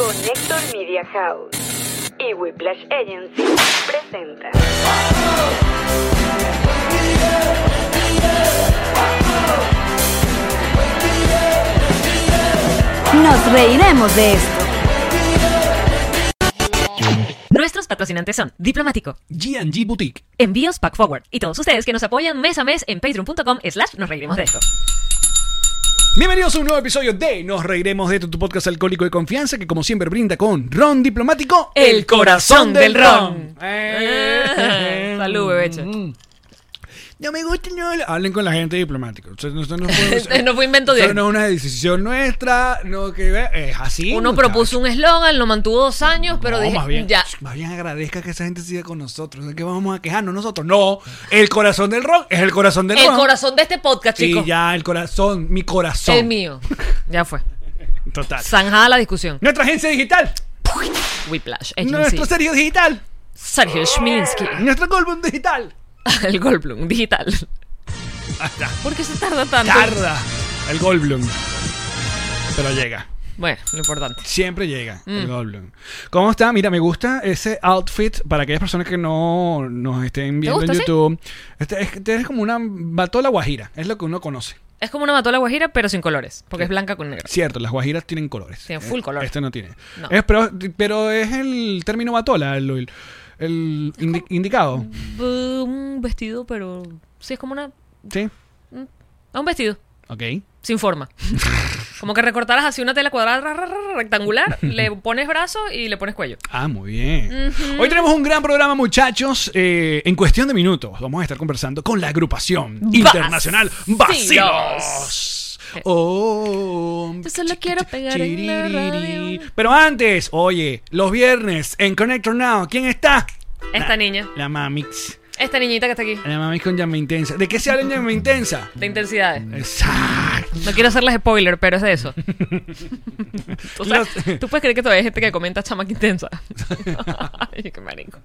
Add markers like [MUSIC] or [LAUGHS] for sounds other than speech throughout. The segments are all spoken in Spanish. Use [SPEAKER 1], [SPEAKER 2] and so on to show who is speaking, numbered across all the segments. [SPEAKER 1] Connector Media House y Whiplash Agency presenta.
[SPEAKER 2] Nos reiremos de esto.
[SPEAKER 3] Nuestros patrocinantes son Diplomático,
[SPEAKER 4] G&G Boutique.
[SPEAKER 3] Envíos Pack Forward y todos ustedes que nos apoyan mes a mes en patreon.com slash nos reiremos de esto.
[SPEAKER 4] Bienvenidos a un nuevo episodio de Nos Reiremos de tu, tu podcast alcohólico de confianza que como siempre brinda con Ron Diplomático
[SPEAKER 3] El corazón del ron.
[SPEAKER 4] Eh.
[SPEAKER 3] [LAUGHS] Salud, bebeche.
[SPEAKER 4] Mm. No me gusta, no. Hablen con la gente diplomática. Esto
[SPEAKER 3] [LAUGHS]
[SPEAKER 4] no, esto no fue,
[SPEAKER 3] No fue invento de
[SPEAKER 4] esto
[SPEAKER 3] él.
[SPEAKER 4] no es una decisión nuestra. No que ve- es así.
[SPEAKER 3] Uno
[SPEAKER 4] muchachos.
[SPEAKER 3] propuso un eslogan, lo mantuvo dos años, pero
[SPEAKER 4] No,
[SPEAKER 3] dije,
[SPEAKER 4] más bien,
[SPEAKER 3] ya.
[SPEAKER 4] más bien agradezca que esa gente siga con nosotros. ¿De qué vamos a quejarnos nosotros? No, el corazón del rock es el corazón del
[SPEAKER 3] El
[SPEAKER 4] rock.
[SPEAKER 3] corazón de este podcast,
[SPEAKER 4] Y
[SPEAKER 3] chicos.
[SPEAKER 4] ya, el corazón, mi corazón.
[SPEAKER 3] El
[SPEAKER 4] [LAUGHS]
[SPEAKER 3] mío. Ya fue.
[SPEAKER 4] Total.
[SPEAKER 3] Zanjada la discusión.
[SPEAKER 4] Nuestra agencia digital.
[SPEAKER 3] Whiplash.
[SPEAKER 4] Nuestro
[SPEAKER 3] Agency.
[SPEAKER 4] serio digital.
[SPEAKER 3] Sergio Schminsky.
[SPEAKER 4] Nuestro Goldblum digital.
[SPEAKER 3] [LAUGHS] El Goldblum digital. Ah,
[SPEAKER 4] Hasta
[SPEAKER 3] ¿Por qué se tarda tanto?
[SPEAKER 4] tarda el Goldblum. Pero llega.
[SPEAKER 3] Bueno, lo importante.
[SPEAKER 4] Siempre llega
[SPEAKER 3] Mm.
[SPEAKER 4] el Goldblum. ¿Cómo está? Mira, me gusta ese outfit para aquellas personas que no nos estén viendo
[SPEAKER 3] gusta,
[SPEAKER 4] en
[SPEAKER 3] sí?
[SPEAKER 4] YouTube. Este es, este es como una batola guajira. Es lo que uno conoce.
[SPEAKER 3] Es como una matola guajira, pero sin colores. Porque es blanca con negro.
[SPEAKER 4] Cierto, las guajiras tienen colores.
[SPEAKER 3] Tienen full
[SPEAKER 4] Eh,
[SPEAKER 3] color.
[SPEAKER 4] Este no tiene.
[SPEAKER 3] No.
[SPEAKER 4] Es- pero, pero es el término batola, el, el- el indi- indicado.
[SPEAKER 3] Bu- Un vestido, pero. Sí, es como una.
[SPEAKER 4] Sí.
[SPEAKER 3] ah, un vestido.
[SPEAKER 4] Ok.
[SPEAKER 3] Sin forma. Como que recortaras así una tela cuadrada ra, ra, ra, rectangular, le pones brazo y le pones cuello.
[SPEAKER 4] Ah, muy bien. Hoy tenemos un gran programa, muchachos. Eh, en cuestión de minutos, vamos a estar conversando con la agrupación internacional Vacilos. Oh,
[SPEAKER 3] Eh. Yo solo quiero pegar en la radio.
[SPEAKER 4] Pero antes, oye, los viernes en Connector Now, ¿quién está?
[SPEAKER 3] Esta niña,
[SPEAKER 4] La Mamix.
[SPEAKER 3] esta niñita que está aquí,
[SPEAKER 4] La Mamix con llama intensa. ¿De qué se habla en llama intensa?
[SPEAKER 3] de intensidades.
[SPEAKER 4] Exacto.
[SPEAKER 3] No quiero hacerles spoiler, pero es de eso. o sea,
[SPEAKER 4] Los-
[SPEAKER 3] tú puedes creer que todavía hay gente que comenta chamaca intensa. [LAUGHS] Ay, qué marico.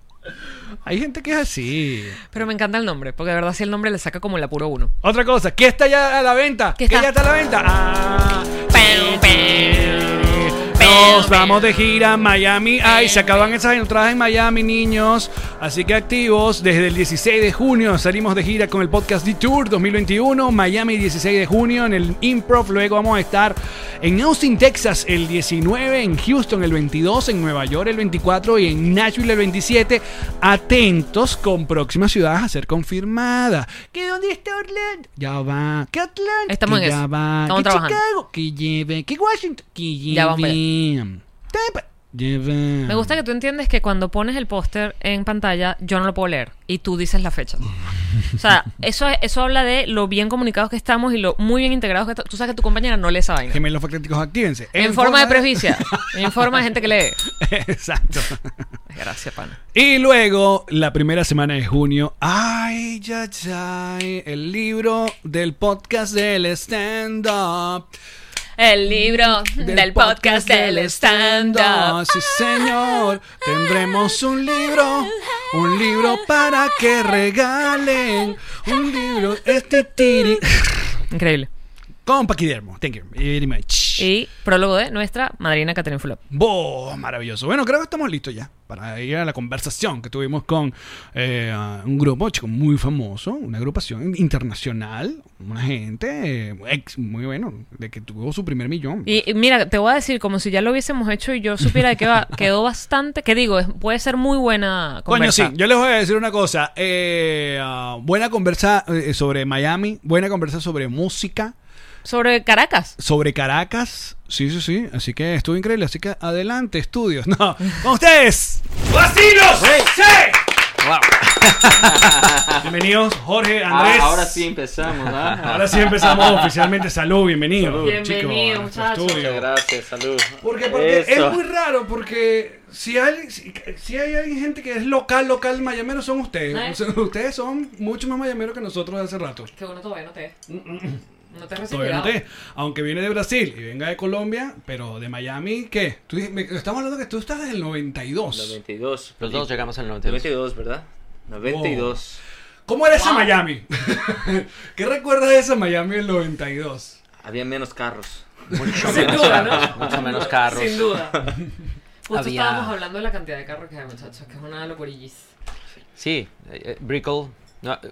[SPEAKER 4] Hay gente que es así.
[SPEAKER 3] Pero me encanta el nombre, porque de verdad si el nombre le saca como el apuro a uno.
[SPEAKER 4] Otra cosa, ¿qué está ya a la venta?
[SPEAKER 3] ¿Qué
[SPEAKER 4] ¿Qué,
[SPEAKER 3] está?
[SPEAKER 4] ya está a la venta? Ah,
[SPEAKER 3] Pam, pam,
[SPEAKER 4] Nos
[SPEAKER 3] pam,
[SPEAKER 4] vamos
[SPEAKER 3] pam.
[SPEAKER 4] de gira a Miami. Ay, se acaban esas entradas en Miami, niños. Así que activos. Desde el 16 de junio salimos de gira con el podcast The Tour 2021. Miami 16 de junio en el Improv. Luego vamos a estar en Austin, Texas el 19, en Houston el 22, en Nueva York el 24 y en Nashville el 27. Atentos con próximas ciudades a ser confirmadas. ¿Que dónde está Orlando? Ya va. ¿Qué Atlanta?
[SPEAKER 3] Estamos
[SPEAKER 4] que
[SPEAKER 3] en
[SPEAKER 4] ya
[SPEAKER 3] eso.
[SPEAKER 4] va.
[SPEAKER 3] Estamos
[SPEAKER 4] ¿Que
[SPEAKER 3] trabajando.
[SPEAKER 4] Chicago? ¿Que lleve? ¿Que Washington? ¿Que lleve?
[SPEAKER 3] Ya vamos para
[SPEAKER 4] Tampa. Lleva.
[SPEAKER 3] Me gusta que tú entiendes que cuando pones el póster en pantalla, yo no lo puedo leer. Y tú dices la fecha. O [LAUGHS] sea, eso, eso habla de lo bien comunicados que estamos y lo muy bien integrados que estamos. Tú sabes que tu compañera no lee esa vaina.
[SPEAKER 4] Gemelos factéticos, actívense.
[SPEAKER 3] En, forma de presbicia. en forma de gente que lee.
[SPEAKER 4] [LAUGHS] Exacto.
[SPEAKER 3] Gracias, pana.
[SPEAKER 4] Y luego, la primera semana de junio. Ay, ya, ya. El libro del podcast del stand-up.
[SPEAKER 3] El libro del, podcast del stand-up.
[SPEAKER 4] Sí, señor. Tendremos un libro. Un libro para que regalen. Un libro. Este tiri.
[SPEAKER 3] Increíble.
[SPEAKER 4] Con Paquidermo. Thank you very much.
[SPEAKER 3] Y prólogo de nuestra madrina Catherine Fulop.
[SPEAKER 4] Boh, maravilloso. Bueno, creo que estamos listos ya para ir a la conversación que tuvimos con eh, un grupo chico muy famoso, una agrupación internacional, una gente eh, ex, muy bueno, de que tuvo su primer millón.
[SPEAKER 3] Y y mira, te voy a decir, como si ya lo hubiésemos hecho y yo supiera de qué va, quedó bastante. Que digo, es- puede ser muy buena
[SPEAKER 4] Coño, sí,
[SPEAKER 3] conversa.
[SPEAKER 4] yo les voy a decir una cosa. eh, ah, buena conversa eh, sobre Miami, buena conversa sobre música,
[SPEAKER 3] Sobre Caracas.
[SPEAKER 4] sobre Caracas. Sí, sí, sí. Así que estuvo increíble. Así que adelante, estudios. [LAUGHS] No, con ustedes. ¡Vacilos!
[SPEAKER 5] Wow.
[SPEAKER 4] [LAUGHS] Bienvenidos, Jorge,
[SPEAKER 5] Ah,
[SPEAKER 4] Andrés.
[SPEAKER 5] ahora sí empezamos, ¿ah?
[SPEAKER 4] [LAUGHS] Ahora sí empezamos oficialmente. Salud, bienvenido.
[SPEAKER 5] Salud.
[SPEAKER 3] Bienvenido, muchachos.
[SPEAKER 5] Muchas gracias, salud.
[SPEAKER 4] Porque, porque
[SPEAKER 5] Eso.
[SPEAKER 4] es muy raro, porque si hay, si, si hay alguien- gente que es local, local, mayamero, son ustedes.
[SPEAKER 3] Ay.
[SPEAKER 4] O sea, ustedes son mucho más mayameros que nosotros de hace rato.
[SPEAKER 3] Que uno todavía no te. No te
[SPEAKER 4] Todavía no te- Aunque viene de Brasil y venga de Colombia, pero de Miami, ¿qué? Tú di- me- estamos hablando que tú estás desde el 92.
[SPEAKER 5] 92.
[SPEAKER 6] Los dos llegamos al 92.
[SPEAKER 5] 92, ¿verdad? 92.
[SPEAKER 4] ¿Cómo era esa [LAUGHS] Miami? ¿Qué recuerdas de esa Miami del 92?
[SPEAKER 5] Había menos carros. Mucho
[SPEAKER 3] Sin
[SPEAKER 5] menos
[SPEAKER 3] duda,
[SPEAKER 5] carros.
[SPEAKER 3] ¿no?
[SPEAKER 5] Mucho menos carros.
[SPEAKER 3] Sin
[SPEAKER 5] [LAUGHS]
[SPEAKER 3] duda. Justo
[SPEAKER 5] Había-
[SPEAKER 3] estábamos hablando de la cantidad de carros que hay, muchachos, que es una locurillis.
[SPEAKER 5] Sí, eh, eh, Brickell. no, eh,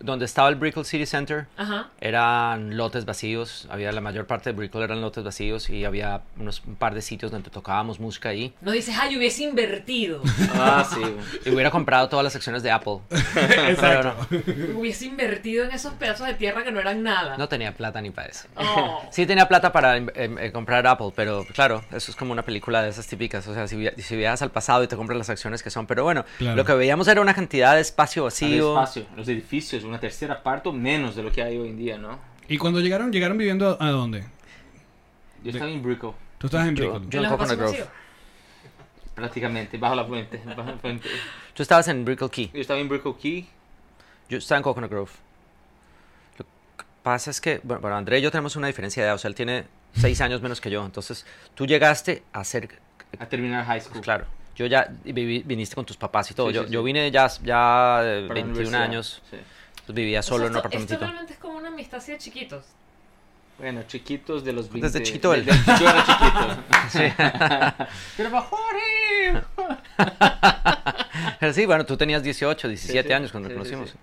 [SPEAKER 5] donde estaba el Brickell City Center.
[SPEAKER 3] Ajá.
[SPEAKER 5] Eran lotes vacíos, había la mayor parte de Brickell eran lotes vacíos y había unos un par de sitios donde tocábamos música ahí.
[SPEAKER 3] No dices, ay, hubiese invertido.
[SPEAKER 5] Ah, sí. [LAUGHS] Y hubiera comprado todas las acciones de Apple. Pero
[SPEAKER 4] Exacto.
[SPEAKER 5] no,
[SPEAKER 3] hubiese invertido en esos pedazos de tierra que no eran nada.
[SPEAKER 5] no tenía plata ni para eso.
[SPEAKER 3] Oh.
[SPEAKER 5] Sí tenía plata para em, em, eh, comprar Apple, pero claro, eso es como una película de esas típicas. O sea, si, via- si viajas al pasado y te compras las acciones que son. Pero bueno,
[SPEAKER 4] Claro.
[SPEAKER 5] lo que veíamos era una cantidad de espacio
[SPEAKER 6] Había
[SPEAKER 5] vacío.
[SPEAKER 6] espacio, los edificios, una tercera parte o menos de lo que hay hoy en día, ¿no?
[SPEAKER 4] ¿Y cuando llegaron, llegaron viviendo a, a dónde?
[SPEAKER 6] Yo estaba en Brico,
[SPEAKER 4] Tú estabas en
[SPEAKER 5] Yo,
[SPEAKER 4] Brickell.
[SPEAKER 5] [LAUGHS] yo
[SPEAKER 3] ¿En
[SPEAKER 5] en
[SPEAKER 3] los
[SPEAKER 5] Coconut
[SPEAKER 3] espacios
[SPEAKER 5] Grove.
[SPEAKER 3] vacíos?
[SPEAKER 6] prácticamente, bajo la fuente. [LAUGHS] bajo la fuente.
[SPEAKER 5] Tú estabas en Brickell Key.
[SPEAKER 6] Yo estaba en Brico Key.
[SPEAKER 5] Yo estaba en Coconut Grove. Lo que pasa es que, bueno, bueno, André y yo tenemos una diferencia de edad. O sea, él tiene seis años menos que yo. Entonces, tú llegaste a ser.
[SPEAKER 6] a terminar high school.
[SPEAKER 5] pues, claro. Yo ya viví- viniste con tus papás y todo.
[SPEAKER 6] Sí,
[SPEAKER 5] yo,
[SPEAKER 6] sí,
[SPEAKER 5] yo
[SPEAKER 6] sí.
[SPEAKER 5] vine ya, ya eh,
[SPEAKER 6] Para la
[SPEAKER 5] 21
[SPEAKER 6] universidad.
[SPEAKER 5] años.
[SPEAKER 6] Sí.
[SPEAKER 5] pues, vivía
[SPEAKER 3] O sea,
[SPEAKER 5] solo en un
[SPEAKER 3] esto- Esto
[SPEAKER 5] apartamentito.
[SPEAKER 3] realmente es como una amistad así de chiquitos.
[SPEAKER 6] Bueno, chiquitos de los 20.
[SPEAKER 5] Desde chiquito él.
[SPEAKER 6] Desde- yo era
[SPEAKER 5] [LAUGHS]
[SPEAKER 6] chiquito. eh.
[SPEAKER 3] Pero Jorge. [LAUGHS]
[SPEAKER 5] sí, bueno, tú tenías 18, 17
[SPEAKER 6] sí,
[SPEAKER 5] años cuando
[SPEAKER 6] sí,
[SPEAKER 5] nos
[SPEAKER 6] sí,
[SPEAKER 5] conocimos.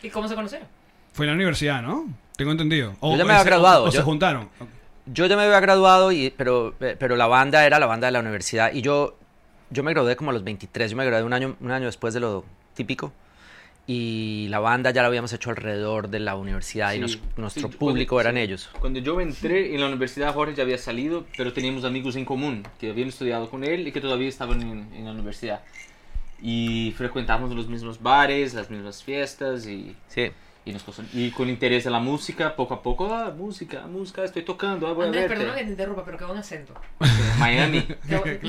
[SPEAKER 6] sí.
[SPEAKER 3] ¿Y cómo se conocieron?
[SPEAKER 4] Fue en la universidad, ¿no? Tengo entendido. O,
[SPEAKER 5] Yo ya me había
[SPEAKER 4] o se-
[SPEAKER 5] graduado,
[SPEAKER 4] O, se
[SPEAKER 5] yo- Ah.
[SPEAKER 4] juntaron.
[SPEAKER 5] Yo ya me había graduado, y, pero, eh, pero la banda era la banda de la universidad. Y yo, yo me gradué como a los 23. Yo me gradué un año, un año después de lo típico. Y la banda ya la habíamos hecho alrededor de la universidad y
[SPEAKER 6] Sí,
[SPEAKER 5] nos- nuestro
[SPEAKER 6] sí, yo-
[SPEAKER 5] público
[SPEAKER 6] cuando-
[SPEAKER 5] eran
[SPEAKER 6] sí.
[SPEAKER 5] ellos.
[SPEAKER 6] Cuando yo entré en la universidad, Jorge ya había salido, pero teníamos amigos en común que habían estudiado con él y que todavía estaban en, en la universidad. Y frecuentábamos los mismos bares, las mismas fiestas y,
[SPEAKER 5] Sí.
[SPEAKER 6] y, nos cosas- y con interés de la música, poco a poco, ah, música, música, estoy tocando, ah, voy a
[SPEAKER 3] Andrés,
[SPEAKER 6] verte.
[SPEAKER 3] perdona que te interrumpa, pero qué buen acento.
[SPEAKER 4] [LAUGHS]
[SPEAKER 6] Miami.
[SPEAKER 3] Qué
[SPEAKER 5] [LAUGHS]
[SPEAKER 3] buen- [LAUGHS]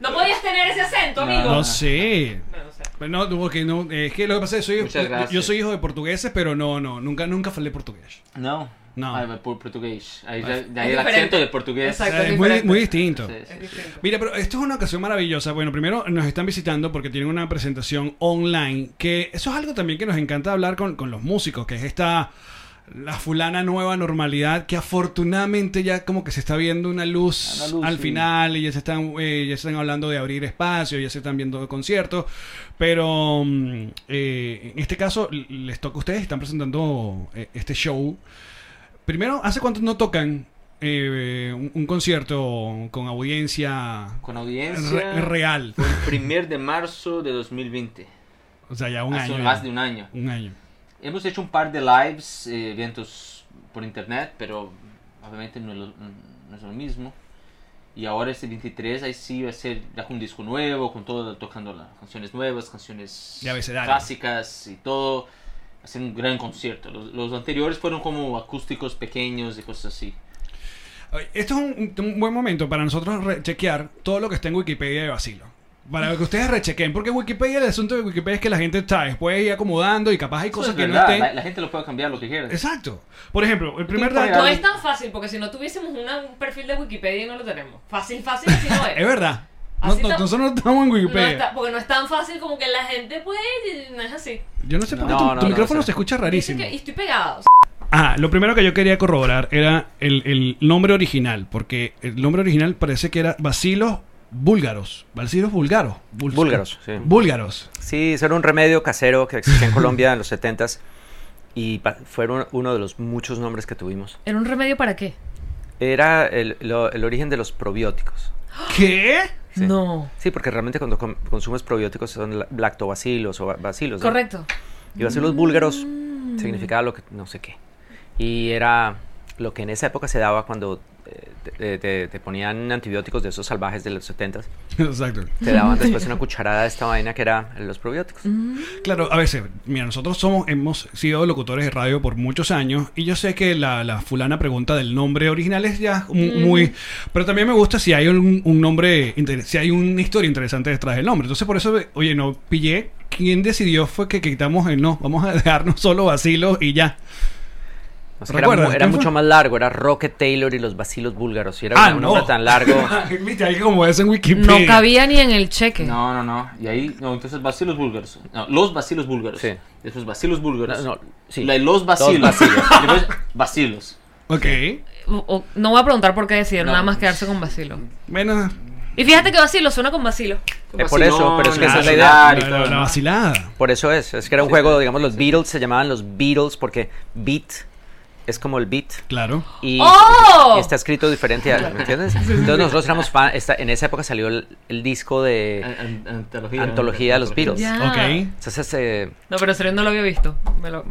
[SPEAKER 3] no podías tener ese acento,
[SPEAKER 6] No.
[SPEAKER 3] amigo.
[SPEAKER 4] No sé.
[SPEAKER 3] No, no sé.
[SPEAKER 4] Pero No, tuvo que no. Es que lo que pasa es que
[SPEAKER 6] Muchas
[SPEAKER 4] soy,
[SPEAKER 6] gracias.
[SPEAKER 4] yo soy hijo de portugueses, pero no, no, nunca, nunca falé portugués.
[SPEAKER 6] No.
[SPEAKER 4] No. Ah,
[SPEAKER 6] Ah, por portugués. Ahí, ya-
[SPEAKER 4] Es
[SPEAKER 6] de ahí el acento
[SPEAKER 3] diferente.
[SPEAKER 6] de portugués.
[SPEAKER 4] O
[SPEAKER 3] Exacto.
[SPEAKER 4] sea,
[SPEAKER 3] es
[SPEAKER 4] es muy,
[SPEAKER 3] diferente.
[SPEAKER 4] muy distinto.
[SPEAKER 6] Sí, sí,
[SPEAKER 3] Es
[SPEAKER 6] sí.
[SPEAKER 3] distinto.
[SPEAKER 4] Mira, pero esto es una ocasión maravillosa. Bueno, primero nos están visitando porque tienen una presentación online, que eso es algo también que nos encanta hablar con, con los músicos, que es esta, la fulana nueva normalidad, que afortunadamente ya como que se está viendo una luz,
[SPEAKER 6] Una luz,
[SPEAKER 4] al
[SPEAKER 6] sí.
[SPEAKER 4] final y ya se están, eh, ya se están hablando de abrir espacios, ya se están viendo conciertos, pero mm, eh, en este caso l- les toca a ustedes, están presentando eh, este show. Primero, ¿hace cuánto no tocan? eh, un- un concierto con audiencia
[SPEAKER 6] Con audiencia.
[SPEAKER 4] Re- real.
[SPEAKER 6] Fue el primer de marzo de 2020.
[SPEAKER 4] O sea, ya un
[SPEAKER 6] hace
[SPEAKER 4] año.
[SPEAKER 6] más
[SPEAKER 4] ya.
[SPEAKER 6] de un año.
[SPEAKER 4] Un año.
[SPEAKER 6] Hemos hecho un par de lives, eh, eventos por internet, pero obviamente no es, lo, no es lo mismo. Y ahora este 23, ahí sí va a ser ya con un disco nuevo, con todo, tocando las canciones nuevas, canciones
[SPEAKER 4] De abecedario.
[SPEAKER 6] clásicas y todo. Va a ser un gran concierto. Los, los anteriores fueron como acústicos pequeños y cosas así.
[SPEAKER 4] Ay, Esto es un, un buen momento para nosotros re- chequear todo lo que está en Wikipedia de Basilo. Para que ustedes rechequen, porque Wikipedia, el asunto de Wikipedia es que la gente está después ir acomodando y capaz hay
[SPEAKER 6] Eso
[SPEAKER 4] cosas
[SPEAKER 6] es
[SPEAKER 4] que no
[SPEAKER 6] verdad,
[SPEAKER 4] estén.
[SPEAKER 6] La, la gente lo puede cambiar lo que quiera.
[SPEAKER 4] Exacto. Por ejemplo, el primer
[SPEAKER 6] Tipo de
[SPEAKER 4] dato.
[SPEAKER 3] [LAUGHS] No es tan fácil, porque si no tuviésemos una- un perfil de Wikipedia y no lo tenemos. Fácil, fácil, así no es.
[SPEAKER 4] Es verdad. No-
[SPEAKER 3] Así
[SPEAKER 4] no-
[SPEAKER 3] está-
[SPEAKER 4] nosotros no estamos en
[SPEAKER 3] No
[SPEAKER 4] Wikipedia.
[SPEAKER 3] está- porque no es tan fácil como que la gente puede, no es así.
[SPEAKER 4] Yo no sé por qué
[SPEAKER 5] No,
[SPEAKER 4] tu,
[SPEAKER 5] no,
[SPEAKER 4] tu
[SPEAKER 5] no,
[SPEAKER 4] micrófono
[SPEAKER 5] o sea,
[SPEAKER 4] se escucha
[SPEAKER 3] Dice
[SPEAKER 4] rarísimo.
[SPEAKER 3] que- y estoy pegado.
[SPEAKER 4] Ah, lo primero que yo quería corroborar era el, el nombre original, porque el nombre original parece que era Basilos Búlgaros. Basilos Búlgaros. Búl-
[SPEAKER 5] Búlgaros, sí.
[SPEAKER 4] Búlgaros.
[SPEAKER 5] Sí, eso era un remedio casero que existía en
[SPEAKER 6] [LAUGHS]
[SPEAKER 5] Colombia en los 70s. Y pa- fueron uno de los muchos nombres que tuvimos.
[SPEAKER 3] ¿Era un remedio para qué?
[SPEAKER 5] Era el, lo- el origen de los probióticos.
[SPEAKER 4] ¿Qué? [LAUGHS]
[SPEAKER 5] Sí.
[SPEAKER 3] No.
[SPEAKER 5] Sí, porque realmente cucuando com- consumes probióticos son la- lactobacilos o ba- bacilos. ¿no?
[SPEAKER 3] Correcto.
[SPEAKER 5] Y bacilos búlgaros significaba lo que no sé qué. Y era lo que en esa época se daba cuando eh, te, te- te ponían antibióticos de esos salvajes de los 70
[SPEAKER 4] Exacto.
[SPEAKER 5] Te daban después una cucharada de esta vaina que era los probióticos.
[SPEAKER 4] Claro, a veces, mira, nosotros somos, hemos sido locutores de radio por muchos años y yo sé que la, la fulana pregunta del nombre original es ya mu- muy... Pero también me gusta si hay un, un nombre, inter- si hay una historia interesante detrás del nombre. Entonces por eso, oye, no pillé. ¿Quién decidió fue que quitamos el no? Vamos a [LAUGHS] dejarnos solo vacilos y ya.
[SPEAKER 5] O sea, que era
[SPEAKER 4] ¿Recuerdas
[SPEAKER 5] mu- era
[SPEAKER 4] quién fue?
[SPEAKER 5] mucho más largo, era Rocket Taylor y los bacilos búlgaros. Y era
[SPEAKER 4] Ah,
[SPEAKER 5] un- un
[SPEAKER 4] no.
[SPEAKER 5] nombre
[SPEAKER 4] [LAUGHS]
[SPEAKER 5] tan largo. Eh,
[SPEAKER 4] Viste, ahí como es en Wikipedia.
[SPEAKER 3] No cabía ni en el cheque.
[SPEAKER 6] No, no, no. Y ahí, no, entonces bacilos búlgaros. No, los bacilos búlgaros.
[SPEAKER 5] Sí.
[SPEAKER 6] Después bacilos búlgaros.
[SPEAKER 5] No, no, sí.
[SPEAKER 6] [LAUGHS] La- los bacilos.
[SPEAKER 5] Los bacilos.
[SPEAKER 6] Después bacilos.
[SPEAKER 4] Ok.
[SPEAKER 3] o- o- no voy a preguntar por qué decidieron nada más quedarse con Basilo.
[SPEAKER 4] Bueno,
[SPEAKER 3] Y fíjate que Basilo suena con Basilo.
[SPEAKER 5] Es por eso, pero es que esa es la idea.
[SPEAKER 6] Vacilón,
[SPEAKER 4] la- la- la vacilada.
[SPEAKER 5] Por eso es. Es que era un juego, digamos, los Beatles se llamaban los Beatles porque beat es como el beat.
[SPEAKER 4] Claro.
[SPEAKER 5] Y,
[SPEAKER 3] ¡Oh!
[SPEAKER 5] y está escrito diferente, a- ¿me entiendes? Entonces nosotros éramos fan, esta- en esa época salió el, el disco de
[SPEAKER 6] An- an- antología,
[SPEAKER 5] antología de los Beatles.
[SPEAKER 3] Ya.
[SPEAKER 4] Ok.
[SPEAKER 5] Entonces, eh,
[SPEAKER 3] No, pero en serio no lo había visto. Me lo,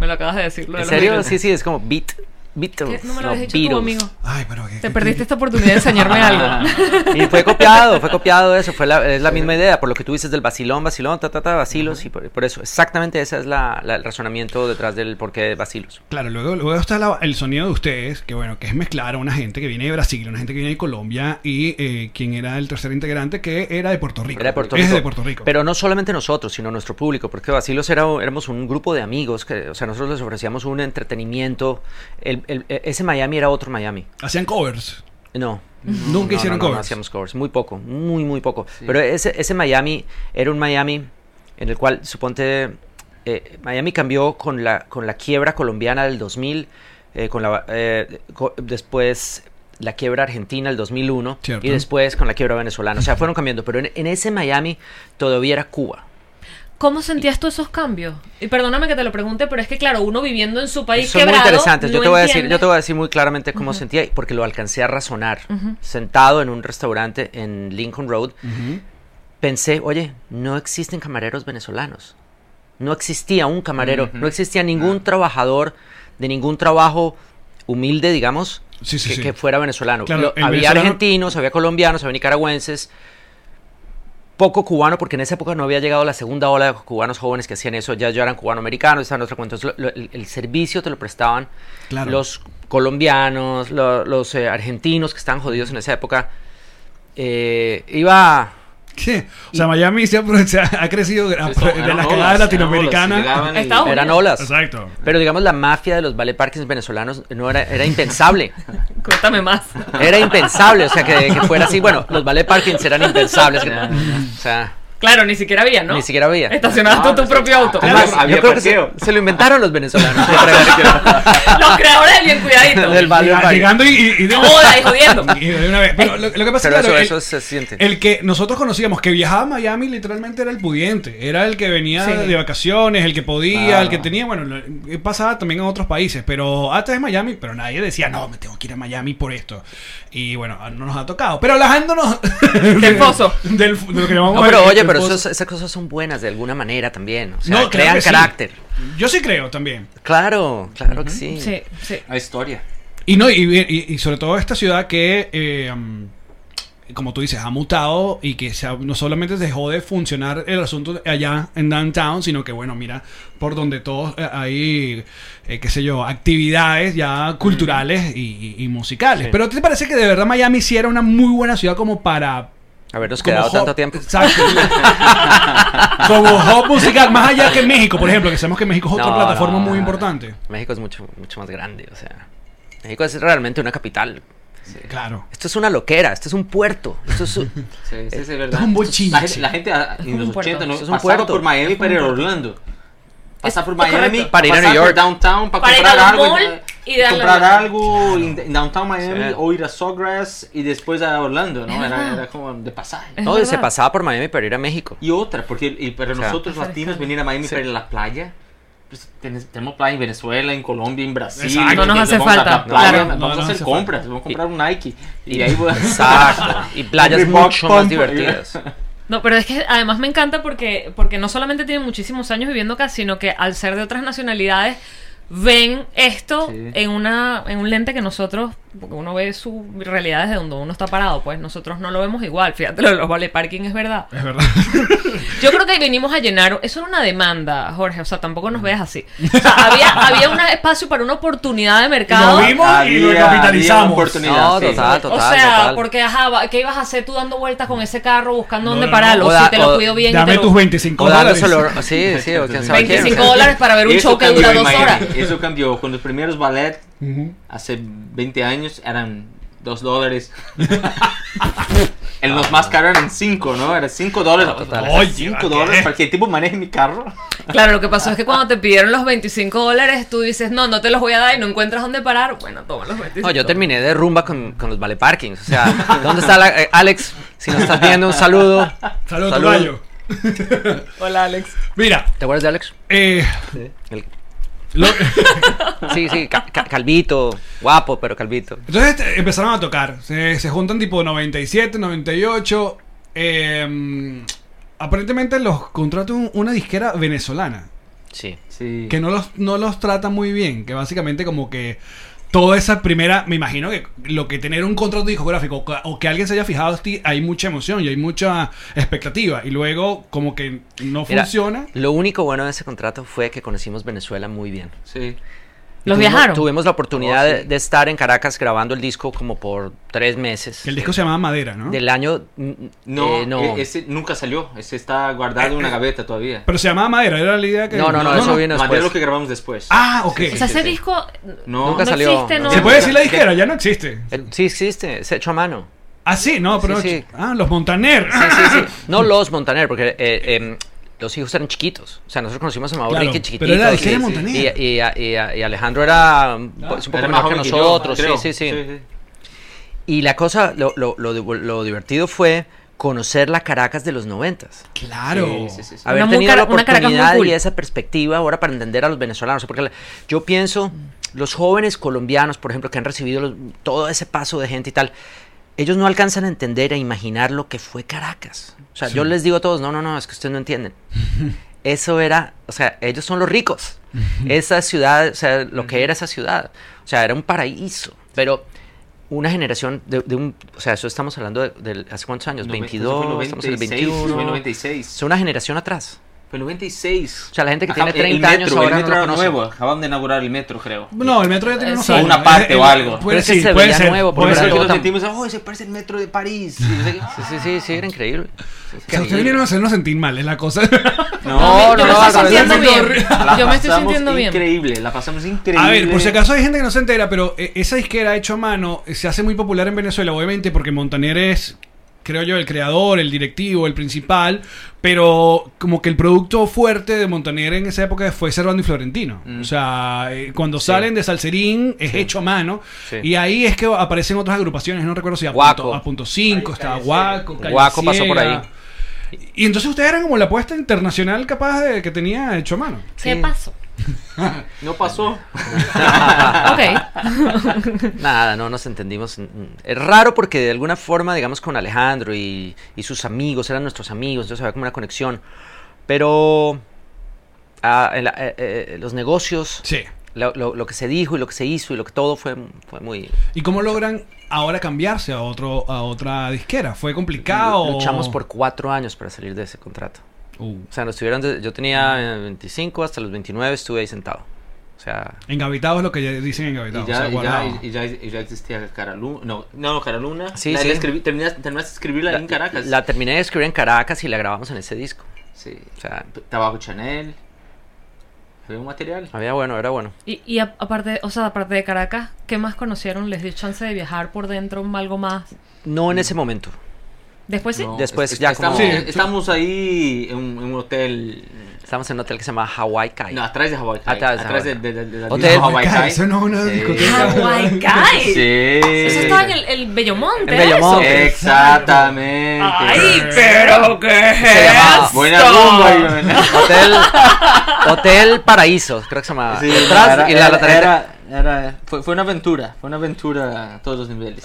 [SPEAKER 3] me lo acabas de decir. lo de los
[SPEAKER 5] ¿en serio?
[SPEAKER 3] Beatles.
[SPEAKER 5] Sí, sí, es como beat,
[SPEAKER 3] ¿Qué?
[SPEAKER 5] Beatles,
[SPEAKER 3] No me lo
[SPEAKER 5] no,
[SPEAKER 3] habías dicho tú, amigo.
[SPEAKER 4] Ay, pero que-
[SPEAKER 3] Te perdiste esta oportunidad de
[SPEAKER 6] [LAUGHS]
[SPEAKER 3] enseñarme algo.
[SPEAKER 5] Y fue copiado, fue copiado eso, fue la, es la misma idea, por lo que tú dices del vacilón, vacilón, ta, ta, ta, vacilos, y por, por eso, exactamente ese es la, la- el razonamiento detrás del porqué de vacilos.
[SPEAKER 4] Claro, luego, luego está la- el sonido de ustedes, que bueno, que es mezclar a una gente que viene de Brasil, una gente que viene de Colombia y eh, quien era el tercer integrante que era de Puerto Rico.
[SPEAKER 5] Era de Puerto
[SPEAKER 4] Es
[SPEAKER 5] Rico.
[SPEAKER 4] de Puerto Rico.
[SPEAKER 5] Pero no solamente nosotros, sino nuestro público, porque Basilos era, éramos un grupo de amigos, que, o sea, nosotros les ofrecíamos un entretenimiento. El- el- e, ese Miami era otro Miami.
[SPEAKER 4] Hacían covers.
[SPEAKER 5] No.
[SPEAKER 4] Nunca
[SPEAKER 5] No,
[SPEAKER 4] hicieron
[SPEAKER 5] no, no, no
[SPEAKER 4] covers.
[SPEAKER 5] hacíamos covers, muy poco, muy, muy poco. Pero ese, ese Miami era un Miami en el cual, suponte, eh, Miami cambió con la, con la quiebra colombiana del 2000, eh, con la, eh, co- después la quiebra argentina del 2001
[SPEAKER 4] Cierto.
[SPEAKER 5] y después con la quiebra venezolana. O sea, fueron cambiando, pero en, en ese Miami todavía era Cuba.
[SPEAKER 3] ¿Cómo sentías tú esos cambios? Y perdóname que te lo pregunte, pero es que claro, uno viviendo en su país
[SPEAKER 5] Son
[SPEAKER 3] quebrado.
[SPEAKER 5] muy interesantes. Yo
[SPEAKER 3] no
[SPEAKER 5] te voy a decir, yo
[SPEAKER 3] entiende-
[SPEAKER 5] te voy a decir muy claramente cómo sentía, porque lo alcancé a razonar. Sentado en un restaurante en Lincoln Road, pensé, oye, no existen camareros venezolanos. No existía un camarero, no existía ningún
[SPEAKER 4] Ah.
[SPEAKER 5] trabajador de ningún trabajo humilde, digamos,
[SPEAKER 4] Sí, sí,
[SPEAKER 5] que,
[SPEAKER 4] sí.
[SPEAKER 5] que fuera venezolano.
[SPEAKER 4] Claro,
[SPEAKER 5] Lo-
[SPEAKER 4] el
[SPEAKER 5] había
[SPEAKER 4] venezolano-
[SPEAKER 5] argentinos, había colombianos, había nicaragüenses, poco cubano, porque en esa época no había llegado la segunda ola de cubanos jóvenes que hacían eso, ya, ya eran cubano-americanos, estaban en otro cuento. Entonces, lo- lo- el, el servicio te lo prestaban
[SPEAKER 4] Claro. [LAUGHS]
[SPEAKER 5] los colombianos, lo- los eh, argentinos que estaban jodidos en esa época. Eh, iba...
[SPEAKER 4] Ah, ¿Qué? O sea, Miami se ha, se ha- ha crecido de, [LAUGHS]
[SPEAKER 6] Entonces,
[SPEAKER 4] de
[SPEAKER 6] eran
[SPEAKER 4] las
[SPEAKER 6] olas,
[SPEAKER 4] cagadas
[SPEAKER 6] eran olas,
[SPEAKER 4] latinoamericanas.
[SPEAKER 6] ah, llegaban y-
[SPEAKER 3] Estados
[SPEAKER 5] Eran
[SPEAKER 3] Unidos.
[SPEAKER 5] olas.
[SPEAKER 4] Exacto.
[SPEAKER 5] Pero digamos, la mafia de los ballet parkings venezolanos no era, era impensable.
[SPEAKER 3] Cuéntame más.
[SPEAKER 5] Era impensable, o sea, que, que fuera así. Bueno, los ballet parkings
[SPEAKER 4] [LAUGHS]
[SPEAKER 5] eran impensables. O sea,
[SPEAKER 3] Claro, ni siquiera había, ¿no?
[SPEAKER 5] ni siquiera había.
[SPEAKER 3] Estacionabas tú tu propio auto.
[SPEAKER 5] Además,
[SPEAKER 6] Claro, había
[SPEAKER 5] yo creo que se,
[SPEAKER 6] parqueo.
[SPEAKER 5] se lo inventaron
[SPEAKER 6] [LAUGHS]
[SPEAKER 5] los venezolanos.
[SPEAKER 3] Los creadores del bien cuidadito.
[SPEAKER 5] [LAUGHS] del Valle
[SPEAKER 4] Llega-
[SPEAKER 5] Parque.
[SPEAKER 4] Llegando y, y- y de,
[SPEAKER 3] No jodas, y jodiendo.
[SPEAKER 4] y de una vez. Pero lo, lo que pasa
[SPEAKER 5] Eh, Pero
[SPEAKER 4] es que
[SPEAKER 5] eso,
[SPEAKER 4] el-
[SPEAKER 5] eso se siente.
[SPEAKER 4] El que nosotros conocíamos que viajaba a Miami literalmente era el pudiente, era el que venía
[SPEAKER 3] Sí.
[SPEAKER 4] de vacaciones, el que podía,
[SPEAKER 6] Claro.
[SPEAKER 4] el que tenía, bueno, lo- eh, pasaba también en otros países, pero antes de Miami, pero nadie decía, no, me tengo que ir a Miami por esto. Y bueno, no nos ha tocado, pero alejándonos
[SPEAKER 3] [LAUGHS] Del pozo.
[SPEAKER 4] del, de lo que llamamos
[SPEAKER 5] No, pero
[SPEAKER 4] el-
[SPEAKER 5] oye,
[SPEAKER 4] el
[SPEAKER 5] pero
[SPEAKER 4] pozo.
[SPEAKER 5] eso- esas cosas son buenas de alguna manera también. O sea,
[SPEAKER 4] No, claro
[SPEAKER 5] crean
[SPEAKER 4] que sí.
[SPEAKER 5] carácter.
[SPEAKER 4] Yo sí creo también.
[SPEAKER 5] Claro, claro que sí.
[SPEAKER 3] Sí, sí.
[SPEAKER 6] Hay historia.
[SPEAKER 4] Y no, y, y- y sobre todo esta ciudad que, eh, mm, como tú dices, ha mutado y que se ha- no solamente dejó de funcionar el asunto allá en downtown, sino que, bueno, mira, por donde todos eh, hay, eh, qué sé yo, actividades ya culturales y, y- y musicales. Pero ¿te parece que de verdad Miami sí era una muy buena ciudad como para...
[SPEAKER 5] Habernos
[SPEAKER 4] como
[SPEAKER 5] quedado
[SPEAKER 4] hub?
[SPEAKER 5] tanto tiempo. [LAUGHS]
[SPEAKER 4] Exacto. como hub musical, más allá que México, por ejemplo, que sabemos que México es otra
[SPEAKER 5] No,
[SPEAKER 4] plataforma
[SPEAKER 5] no,
[SPEAKER 4] muy
[SPEAKER 5] no.
[SPEAKER 4] importante.
[SPEAKER 5] México es mucho, mucho más grande, o sea. México es realmente una capital.
[SPEAKER 4] Claro.
[SPEAKER 5] Esto es una loquera, esto es un puerto. Esto
[SPEAKER 4] [LAUGHS]
[SPEAKER 5] es un-
[SPEAKER 6] Sí, sí, sí, es
[SPEAKER 4] es
[SPEAKER 6] verdad.
[SPEAKER 4] un bochinche.
[SPEAKER 6] La gente, la gente, ah, en los
[SPEAKER 3] un puerto.
[SPEAKER 6] 80 no,
[SPEAKER 5] Eso es un
[SPEAKER 6] pasaba
[SPEAKER 5] puerto.
[SPEAKER 6] por Miami para ir a Orlando. Pasaba por
[SPEAKER 3] Es correcto.
[SPEAKER 6] Miami
[SPEAKER 5] Para ir a
[SPEAKER 6] pasar
[SPEAKER 5] New York.
[SPEAKER 6] Por downtown para,
[SPEAKER 3] Para ir
[SPEAKER 6] comprar
[SPEAKER 3] al
[SPEAKER 6] algo.
[SPEAKER 3] mall y darle
[SPEAKER 6] comprar
[SPEAKER 3] la-
[SPEAKER 6] algo en en downtown Miami
[SPEAKER 5] Sí.
[SPEAKER 6] o ir a Sawgrass y después a Orlando,
[SPEAKER 3] Es
[SPEAKER 6] ¿no? Era,
[SPEAKER 3] verdad.
[SPEAKER 6] era como de pasaje.
[SPEAKER 3] Es
[SPEAKER 5] No,
[SPEAKER 3] verdad.
[SPEAKER 5] se pasaba por Miami para ir
[SPEAKER 4] [LAUGHS]
[SPEAKER 5] a México.
[SPEAKER 6] Y otra, porque el- el- para
[SPEAKER 5] sea,
[SPEAKER 6] nosotros latinos venir a Miami para ir a la playa. pues, tenes- tenemos playa en Venezuela, en Colombia, en Brasil.
[SPEAKER 4] Exacto. No
[SPEAKER 3] nos hace
[SPEAKER 6] vamos a la
[SPEAKER 3] falta,
[SPEAKER 6] playa,
[SPEAKER 4] claro.
[SPEAKER 6] Vamos
[SPEAKER 4] No, no
[SPEAKER 6] a
[SPEAKER 4] nos
[SPEAKER 6] hacer
[SPEAKER 4] hace
[SPEAKER 6] compras, vamos a comprar un Nike. Y,
[SPEAKER 5] [LAUGHS]
[SPEAKER 6] ahí pues, voy a...
[SPEAKER 5] Exacto. Y playas
[SPEAKER 6] Hombre,
[SPEAKER 5] mucho
[SPEAKER 6] pom-
[SPEAKER 5] más
[SPEAKER 6] pom- [LAUGHS]
[SPEAKER 5] divertidas.
[SPEAKER 3] No, pero es que además me encanta porque, porque no solamente tienen muchísimos años viviendo acá, sino que al ser de otras nacionalidades ven esto
[SPEAKER 6] Sí.
[SPEAKER 3] en una en un lente que nosotros porque uno ve su realidad desde donde uno está parado pues nosotros no lo vemos igual fíjate lo de los vale parking es verdad
[SPEAKER 4] Es verdad. [LAUGHS]
[SPEAKER 3] yo creo que venimos a llenar eso era una demanda Jorge o sea tampoco nos veas así o sea, había había un espacio para una oportunidad de mercado
[SPEAKER 4] Lo vimos y lo
[SPEAKER 6] Había- había
[SPEAKER 4] capitalizamos.
[SPEAKER 6] oportunidad,
[SPEAKER 5] No,
[SPEAKER 6] sí.
[SPEAKER 5] total, total.
[SPEAKER 3] o sea,
[SPEAKER 5] total.
[SPEAKER 3] porque ajá, va- ¿qué ibas a hacer tú dando vueltas con ese carro buscando
[SPEAKER 4] No,
[SPEAKER 3] dónde
[SPEAKER 4] no, no.
[SPEAKER 3] pararlo?
[SPEAKER 5] O
[SPEAKER 3] si
[SPEAKER 5] da-
[SPEAKER 3] te lo
[SPEAKER 5] o-
[SPEAKER 3] cuido bien y
[SPEAKER 4] Dame
[SPEAKER 3] te lo-
[SPEAKER 4] tus 25
[SPEAKER 5] O
[SPEAKER 4] dólares.
[SPEAKER 5] dándoselo- Sí, sí, o quién sabe quién, o
[SPEAKER 3] 25
[SPEAKER 5] sea.
[SPEAKER 3] dólares para ver un
[SPEAKER 6] Eso
[SPEAKER 3] show que
[SPEAKER 6] cambió
[SPEAKER 3] dura
[SPEAKER 6] en
[SPEAKER 3] dos
[SPEAKER 6] Miami,
[SPEAKER 3] horas.
[SPEAKER 6] Eso cambió. Con los primeros ballet,
[SPEAKER 4] Ujú.
[SPEAKER 6] hace 20 años, eran 2 dólares. [LAUGHS] en los más caros eran 5, ¿no? Era 5 dólares.
[SPEAKER 5] Total.
[SPEAKER 4] Oye,
[SPEAKER 6] 5
[SPEAKER 4] ¿qué?
[SPEAKER 6] dólares para que el tipo maneje mi carro.
[SPEAKER 3] Claro, lo que pasó es que cuando te pidieron los 25 dólares, tú dices, no, no te los voy a dar y no encuentras dónde parar. Bueno, toma los 25.
[SPEAKER 5] No, yo terminé de rumba con, con los vale parkings. O sea, ¿dónde está la- eh, Alex? Si nos estás viendo, un saludo.
[SPEAKER 4] Salud,
[SPEAKER 5] Salud.
[SPEAKER 4] Tocayo.
[SPEAKER 3] [LAUGHS] Hola, Alex.
[SPEAKER 4] Mira,
[SPEAKER 5] ¿Te acuerdas de Alex?
[SPEAKER 4] eh,
[SPEAKER 5] El-
[SPEAKER 4] lo-
[SPEAKER 5] sí, sí, ca- ca- calvito, guapo, pero calvito.
[SPEAKER 4] entonces te- empezaron a tocar. Se, se juntan tipo 97, 98. eh, aparentemente los contrata un- una disquera venezolana.
[SPEAKER 5] Sí.
[SPEAKER 6] Sí.
[SPEAKER 4] que no los, no los trata muy bien, que básicamente como que toda esa primera, me imagino que lo que tener un contrato discográfico o que- o que alguien se haya fijado en ti, hay mucha emoción y hay mucha expectativa y luego como que no
[SPEAKER 5] Mira,
[SPEAKER 4] funciona.
[SPEAKER 5] Lo único bueno de ese contrato fue que conocimos Venezuela muy bien.
[SPEAKER 6] Sí.
[SPEAKER 3] ¿Los
[SPEAKER 5] Tuvimos-
[SPEAKER 3] viajaron?
[SPEAKER 5] Tuvimos la oportunidad
[SPEAKER 6] Oh,
[SPEAKER 5] de-
[SPEAKER 6] sí.
[SPEAKER 5] de estar en Caracas grabando el disco como por tres meses.
[SPEAKER 4] Que el disco se llamaba Madera, ¿no?
[SPEAKER 5] Del año. mm,
[SPEAKER 6] No,
[SPEAKER 5] eh, no.
[SPEAKER 6] e- ese nunca salió. Ese está guardado en una gaveta todavía.
[SPEAKER 4] Pero se llamaba Madera, era la idea que...
[SPEAKER 5] No, no, no, eso viene
[SPEAKER 6] Mandé
[SPEAKER 5] después.
[SPEAKER 6] lo que grabamos después.
[SPEAKER 4] Ah,
[SPEAKER 3] O
[SPEAKER 4] ok.
[SPEAKER 3] sea,
[SPEAKER 6] Sí,
[SPEAKER 3] ese
[SPEAKER 6] sí, sí.
[SPEAKER 3] disco
[SPEAKER 6] No.
[SPEAKER 5] Nunca
[SPEAKER 3] no
[SPEAKER 5] salió,
[SPEAKER 3] existe,
[SPEAKER 5] no.
[SPEAKER 3] ¿no?
[SPEAKER 4] ¿Se puede decir la disquera? Ya no existe.
[SPEAKER 5] Eh, Sí existe, es hecho a mano.
[SPEAKER 4] Ah, sí, no, pero...
[SPEAKER 5] Sí, sí.
[SPEAKER 4] Ah, los Montaner.
[SPEAKER 5] Sí, sí, sí. [COUGHS] No los Montaner, porque eh, em, los hijos eran chiquitos. O sea, nosotros conocimos a Mauro
[SPEAKER 4] Claro,
[SPEAKER 5] Ricky chiquitito.
[SPEAKER 4] pero era de
[SPEAKER 5] sí,
[SPEAKER 4] Jerry
[SPEAKER 5] sí.
[SPEAKER 4] Montaner. Ah,
[SPEAKER 5] Y, y- y- y- y Alejandro era um, pues, un poco
[SPEAKER 6] Era
[SPEAKER 5] menor que
[SPEAKER 6] joven yo,
[SPEAKER 5] nosotros.
[SPEAKER 6] creo.
[SPEAKER 5] sí, sí, sí. Y la cosa, lo, lo- lo div- lo divertido fue conocer la Caracas de los noventas.
[SPEAKER 4] Claro.
[SPEAKER 6] Sí, sí, sí, sí.
[SPEAKER 5] Haber
[SPEAKER 3] Una muy
[SPEAKER 5] tenido la
[SPEAKER 3] cara- una Caracas muy
[SPEAKER 5] oportunidad
[SPEAKER 3] cool.
[SPEAKER 5] y esa perspectiva ahora para entender a los venezolanos. Porque la- yo pienso, los jóvenes colombianos, por ejemplo, que han recibido los- todo ese paso de gente y tal, ellos no alcanzan a entender, a imaginar lo que fue Caracas. O sea, yo les digo a todos, no, no, no, es que ustedes
[SPEAKER 6] [LAUGHS]
[SPEAKER 5] no entienden. Eso era, o sea, ellos son los ricos. Esa ciudad, o sea, lo que era esa ciudad. O sea, era un paraíso. Pero una generación de, de un, o sea, eso estamos hablando de, del- hace cuántos años,
[SPEAKER 6] Noven-
[SPEAKER 5] 22,
[SPEAKER 6] eso fue
[SPEAKER 5] estamos en el
[SPEAKER 6] 96,
[SPEAKER 5] 21.
[SPEAKER 6] Fue 96.
[SPEAKER 5] Es una generación atrás.
[SPEAKER 6] Fue 96.
[SPEAKER 5] O sea, la gente que tiene
[SPEAKER 6] el
[SPEAKER 5] 30 años
[SPEAKER 6] metro,
[SPEAKER 5] ahora
[SPEAKER 6] El
[SPEAKER 5] no
[SPEAKER 6] metro
[SPEAKER 5] lo
[SPEAKER 6] era
[SPEAKER 5] conoce.
[SPEAKER 6] nuevo. Acaban de inaugurar el metro, creo.
[SPEAKER 4] No, el metro ya tiene unos
[SPEAKER 3] Sí.
[SPEAKER 4] años. Eh,
[SPEAKER 6] Una parte o algo.
[SPEAKER 4] Puede,
[SPEAKER 5] Pero es que
[SPEAKER 4] sí,
[SPEAKER 5] se
[SPEAKER 4] puede
[SPEAKER 5] veía
[SPEAKER 4] ser.
[SPEAKER 5] nuevo,
[SPEAKER 4] puede
[SPEAKER 5] porque
[SPEAKER 6] Por
[SPEAKER 5] era
[SPEAKER 4] ser.
[SPEAKER 6] eso que
[SPEAKER 5] todo
[SPEAKER 6] nos
[SPEAKER 5] tan-
[SPEAKER 6] sentimos, oh, ese parece el metro de París. Y yo sé que-
[SPEAKER 5] Sí, sí, sí, sí, era increíble.
[SPEAKER 4] O sea, ustedes vinieron a hacernos sentir mal, es la cosa. [LAUGHS]
[SPEAKER 3] No, yo
[SPEAKER 5] no,
[SPEAKER 3] me
[SPEAKER 5] no,
[SPEAKER 3] estoy
[SPEAKER 5] no,
[SPEAKER 3] sintiendo
[SPEAKER 4] no,
[SPEAKER 3] bien.
[SPEAKER 4] no,
[SPEAKER 6] La
[SPEAKER 3] Yo me estoy
[SPEAKER 6] pasamos
[SPEAKER 3] sintiendo bien.
[SPEAKER 6] Increíble, la pasamos increíble.
[SPEAKER 4] A ver, por si acaso hay gente que no se entera, pero eh, esa disquera hecho a mano eh, se hace muy popular en Venezuela, obviamente, porque Montaner es, creo yo, el creador, el directivo, el principal, pero como que el producto fuerte de Montaner en esa época fue Servando y Florentino.
[SPEAKER 5] Mm.
[SPEAKER 4] O sea, eh, cuando salen de Salserín es hecho a mano,
[SPEAKER 5] Sí.
[SPEAKER 4] y ahí es que aparecen otras agrupaciones, no recuerdo si a,
[SPEAKER 5] Guaco.
[SPEAKER 4] punto, a punto 5, estaba Guaco, Calle
[SPEAKER 5] Guaco pasó por
[SPEAKER 4] Ciega. Y entonces ustedes eran como la apuesta internacional capaz de que tenía hecho a mano.
[SPEAKER 3] ¿Qué pasó?
[SPEAKER 6] No pasó.
[SPEAKER 4] Ah.
[SPEAKER 3] Ok.
[SPEAKER 5] Nada, no nos entendimos. Es raro porque de alguna forma, digamos, con Alejandro y, y sus amigos, eran nuestros amigos, entonces había como una conexión. Pero ah, en la- eh, eh, los negocios,
[SPEAKER 4] Sí.
[SPEAKER 5] lo, lo- lo que se dijo y lo que se hizo y lo que todo fue, fue muy...
[SPEAKER 4] ¿Y cómo logran ahora cambiarse a otro a otra disquera? ¿Fue complicado?
[SPEAKER 5] Luchamos por cuatro años para salir de ese contrato.
[SPEAKER 4] Uh,
[SPEAKER 5] O sea, nos tuvieron de- yo tenía eh, 25 hasta los 29 estuve ahí sentado. O sea,
[SPEAKER 4] engavitado es lo que ya dicen engavitado.
[SPEAKER 6] Y
[SPEAKER 4] o sea,
[SPEAKER 6] ya, y ya,
[SPEAKER 4] guardado.
[SPEAKER 6] y ya, y ya existía Caraluna. No, no, Caraluna.
[SPEAKER 5] Sí,
[SPEAKER 6] la,
[SPEAKER 5] sí.
[SPEAKER 6] la escribí- terminaste, terminaste de escribirla ahí en Caracas.
[SPEAKER 5] la terminé de escribir en Caracas y la grabamos en ese disco.
[SPEAKER 6] sí.
[SPEAKER 5] O sea,
[SPEAKER 6] Tabaco Chanel. Había un material.
[SPEAKER 5] había bueno, era bueno.
[SPEAKER 3] Y, y a- aparte, o sea, aparte de Caracas, ¿qué más conocieron? ¿Les dio chance de viajar por dentro algo más?
[SPEAKER 5] No en ese momento.
[SPEAKER 3] Después sí.
[SPEAKER 6] No,
[SPEAKER 5] Después ya como-
[SPEAKER 6] estamos,
[SPEAKER 4] Sí,
[SPEAKER 6] estamos ahí en, un- en un hotel.
[SPEAKER 5] Estábamos en un hotel que se llama Hawaii Kai.
[SPEAKER 6] No, atrás de Hawaii. Kai,
[SPEAKER 5] Atrás
[SPEAKER 6] Atrás,
[SPEAKER 5] de
[SPEAKER 6] de,
[SPEAKER 5] Hawaii.
[SPEAKER 6] de- de- de- de-
[SPEAKER 5] Hotel.
[SPEAKER 6] de Hawaii.
[SPEAKER 4] Cara,
[SPEAKER 6] Kai.
[SPEAKER 4] eso no es una
[SPEAKER 6] Sí.
[SPEAKER 4] discoteca.
[SPEAKER 3] ¡Hawaii Guy!
[SPEAKER 6] Sí.
[SPEAKER 3] Ah, Eso estaba en el, el Bellomonte.
[SPEAKER 5] En Bellomonte.
[SPEAKER 6] Exactamente.
[SPEAKER 3] ¡Ay, pero qué es
[SPEAKER 5] Se llamaba-
[SPEAKER 6] Buena
[SPEAKER 3] esto?
[SPEAKER 6] rumba, Iván.
[SPEAKER 5] Hotel, Hotel Paraíso, creo que se llama.
[SPEAKER 6] Sí,
[SPEAKER 5] Atrás
[SPEAKER 6] era-
[SPEAKER 5] y la
[SPEAKER 6] era-
[SPEAKER 5] lateral.
[SPEAKER 6] era- era- fue, fue una aventura, fue una aventura a todos los niveles.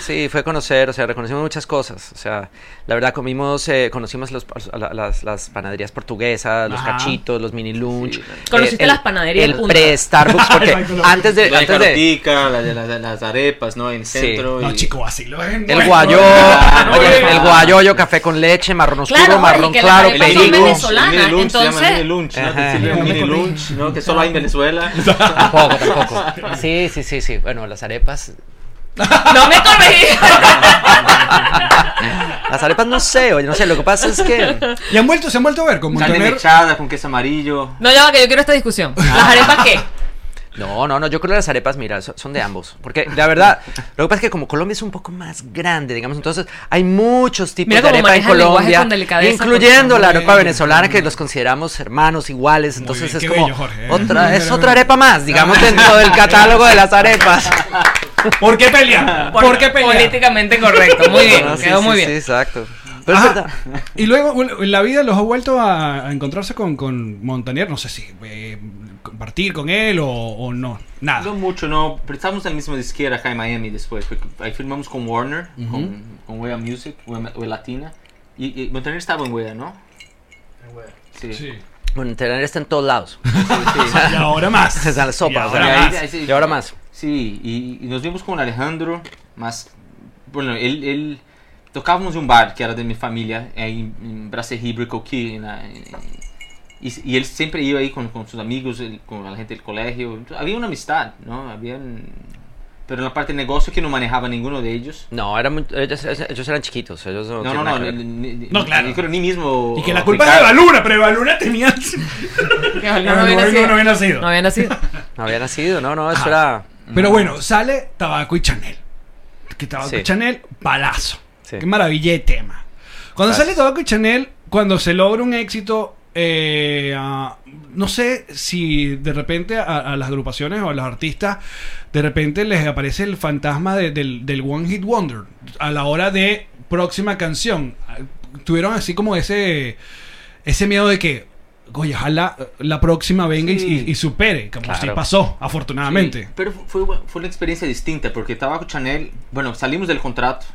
[SPEAKER 5] Sí, fue conocer, o sea, reconocimos muchas cosas. O sea, la verdad, comimos, eh, conocimos los- a la- las, las panaderías portuguesas, los
[SPEAKER 4] Ajá.
[SPEAKER 5] cachitos, los mini lunch.
[SPEAKER 6] Sí,
[SPEAKER 5] Eh,
[SPEAKER 6] claro.
[SPEAKER 3] Conociste las panaderías
[SPEAKER 5] El
[SPEAKER 3] punta.
[SPEAKER 5] pre-Starbucks, porque
[SPEAKER 4] Exacto, no.
[SPEAKER 5] antes de.
[SPEAKER 6] La de
[SPEAKER 5] Antes de
[SPEAKER 6] Carotica, la de las, las arepas, ¿no? En
[SPEAKER 5] Sí.
[SPEAKER 6] centro.
[SPEAKER 4] No,
[SPEAKER 6] y-
[SPEAKER 4] chico, así lo es.
[SPEAKER 5] el
[SPEAKER 4] bueno.
[SPEAKER 5] guayó,
[SPEAKER 6] Ah, no,
[SPEAKER 5] oye,
[SPEAKER 6] no.
[SPEAKER 5] el guayoyo, café con leche, marrón oscuro,
[SPEAKER 3] Claro,
[SPEAKER 5] marrón
[SPEAKER 3] y que
[SPEAKER 5] claro.
[SPEAKER 3] las
[SPEAKER 6] mini
[SPEAKER 3] arepas son
[SPEAKER 5] peligro.
[SPEAKER 6] lunch,
[SPEAKER 3] venezolanas,
[SPEAKER 6] el mini lunch, se llama
[SPEAKER 3] entonces-
[SPEAKER 6] mini lunch, ¿no?
[SPEAKER 5] Ajá.
[SPEAKER 6] Que sirve un mini lunch, ¿no? Que solo hay en Venezuela.
[SPEAKER 5] [LAUGHS] Tampoco, tampoco. Sí, sí, sí, sí. Bueno, las arepas.
[SPEAKER 3] [LAUGHS]
[SPEAKER 5] [LAUGHS]
[SPEAKER 3] No me corregí. [LAUGHS]
[SPEAKER 5] Las arepas no sé, oye, no sé. Lo que pasa es que.
[SPEAKER 4] Y han vuelto, se han vuelto a ver con
[SPEAKER 6] Carne
[SPEAKER 4] Montaner.
[SPEAKER 6] mechada con queso amarillo.
[SPEAKER 5] Ah.
[SPEAKER 3] No, ya va, que yo quiero esta discusión. ¿Las arepas qué?
[SPEAKER 5] No, no, no, yo creo que las arepas, mira, so- son de ambos. Porque la verdad, lo que pasa es que como Colombia es un poco más grande, digamos, entonces hay muchos tipos
[SPEAKER 3] Mira
[SPEAKER 5] de
[SPEAKER 3] cómo
[SPEAKER 5] arepa en
[SPEAKER 3] maneja el lenguaje
[SPEAKER 5] Colombia,
[SPEAKER 3] con delicadeza,
[SPEAKER 5] incluyendo
[SPEAKER 3] porque-
[SPEAKER 5] la arepa
[SPEAKER 4] Muy bien,
[SPEAKER 5] venezolana,
[SPEAKER 4] muy
[SPEAKER 5] que los consideramos hermanos iguales. Entonces
[SPEAKER 4] bien, qué
[SPEAKER 5] es como
[SPEAKER 4] bello, Jorge. [LAUGHS]
[SPEAKER 5] otra, es otra arepa más, digamos, dentro del catálogo de las arepas.
[SPEAKER 4] ¿Por qué
[SPEAKER 3] [LAUGHS]
[SPEAKER 4] pelear? ¿Por qué pelear?
[SPEAKER 7] Políticamente correcto. Muy bien,
[SPEAKER 5] No, sí,
[SPEAKER 7] quedó
[SPEAKER 5] sí,
[SPEAKER 7] muy
[SPEAKER 5] sí,
[SPEAKER 7] bien.
[SPEAKER 5] exacto. Pero es
[SPEAKER 4] Ajá.
[SPEAKER 5] verdad.
[SPEAKER 4] Y luego bueno, la vida los ha vuelto a, a encontrarse con, con Montanier, no sé si eh, compartir con él o, o no, nada.
[SPEAKER 6] No mucho, no. Pero estábamos en el mismo disquera acá en Miami después. Porque ahí firmamos con Warner, con, con Wea Music, Wea, Wea Latina. Y, y Montaner estaba en Wea, ¿no? Sí.
[SPEAKER 4] Sí.
[SPEAKER 5] Bueno, Internet está en todos lados.
[SPEAKER 4] Y ahora más.
[SPEAKER 5] Está en la sopa.
[SPEAKER 4] Y
[SPEAKER 5] [LAUGHS] o
[SPEAKER 4] ahora
[SPEAKER 5] sea,
[SPEAKER 4] más.
[SPEAKER 5] ahí- Y ahora más.
[SPEAKER 6] Sí, y, y nos vimos con Alejandro, más... Bueno, él, él... Tocábamos en un bar que era de mi familia, ahí en Brasserie Bricoquí, en la- en- y, y él siempre iba ahí con, con sus amigos, él- con la gente del colegio. Había una amistad, ¿no? Habían... Pero en la parte de negocio que no manejaba ninguno de ellos.
[SPEAKER 5] No, era muy- ellos, ellos eran chiquitos. Ellos no,
[SPEAKER 6] No,
[SPEAKER 5] tienen
[SPEAKER 6] no,
[SPEAKER 5] nada
[SPEAKER 6] no,
[SPEAKER 5] que
[SPEAKER 6] ni-
[SPEAKER 5] ver.
[SPEAKER 6] ni- ni-
[SPEAKER 4] No, claro.
[SPEAKER 6] Ni, creo ni mismo...
[SPEAKER 4] Y que la culpa es de
[SPEAKER 6] Ricardo.
[SPEAKER 4] Baluna, pero Baluna tenía.
[SPEAKER 7] Que Valero
[SPEAKER 4] no,
[SPEAKER 7] no viene así.
[SPEAKER 4] había nacido.
[SPEAKER 3] No había nacido.
[SPEAKER 5] No había nacido, no, no, eso era.
[SPEAKER 4] Ah. Pero bueno, sale Tabaco y Chanel. Que Tabaco y
[SPEAKER 5] Sí.
[SPEAKER 4] Chanel, palazo.
[SPEAKER 5] Sí.
[SPEAKER 4] Qué maravilla de tema. Cuando
[SPEAKER 5] Palazo.
[SPEAKER 4] sale Tabaco y Chanel, cuando se logra un éxito, eh, ah, no sé si de repente a, a las agrupaciones o a los artistas, de repente les aparece el fantasma de- del, del One Hit Wonder a la hora de próxima canción. Ah, Tuvieron así como ese, ese miedo de que, oye, ojalá eh, la próxima venga y-
[SPEAKER 6] Sí.
[SPEAKER 4] y, y supere, como
[SPEAKER 5] Claro.
[SPEAKER 4] si pasó, afortunadamente.
[SPEAKER 6] Sí, pero fue, fue una experiencia distinta porque Tabaco Chanel, bueno, salimos del contrato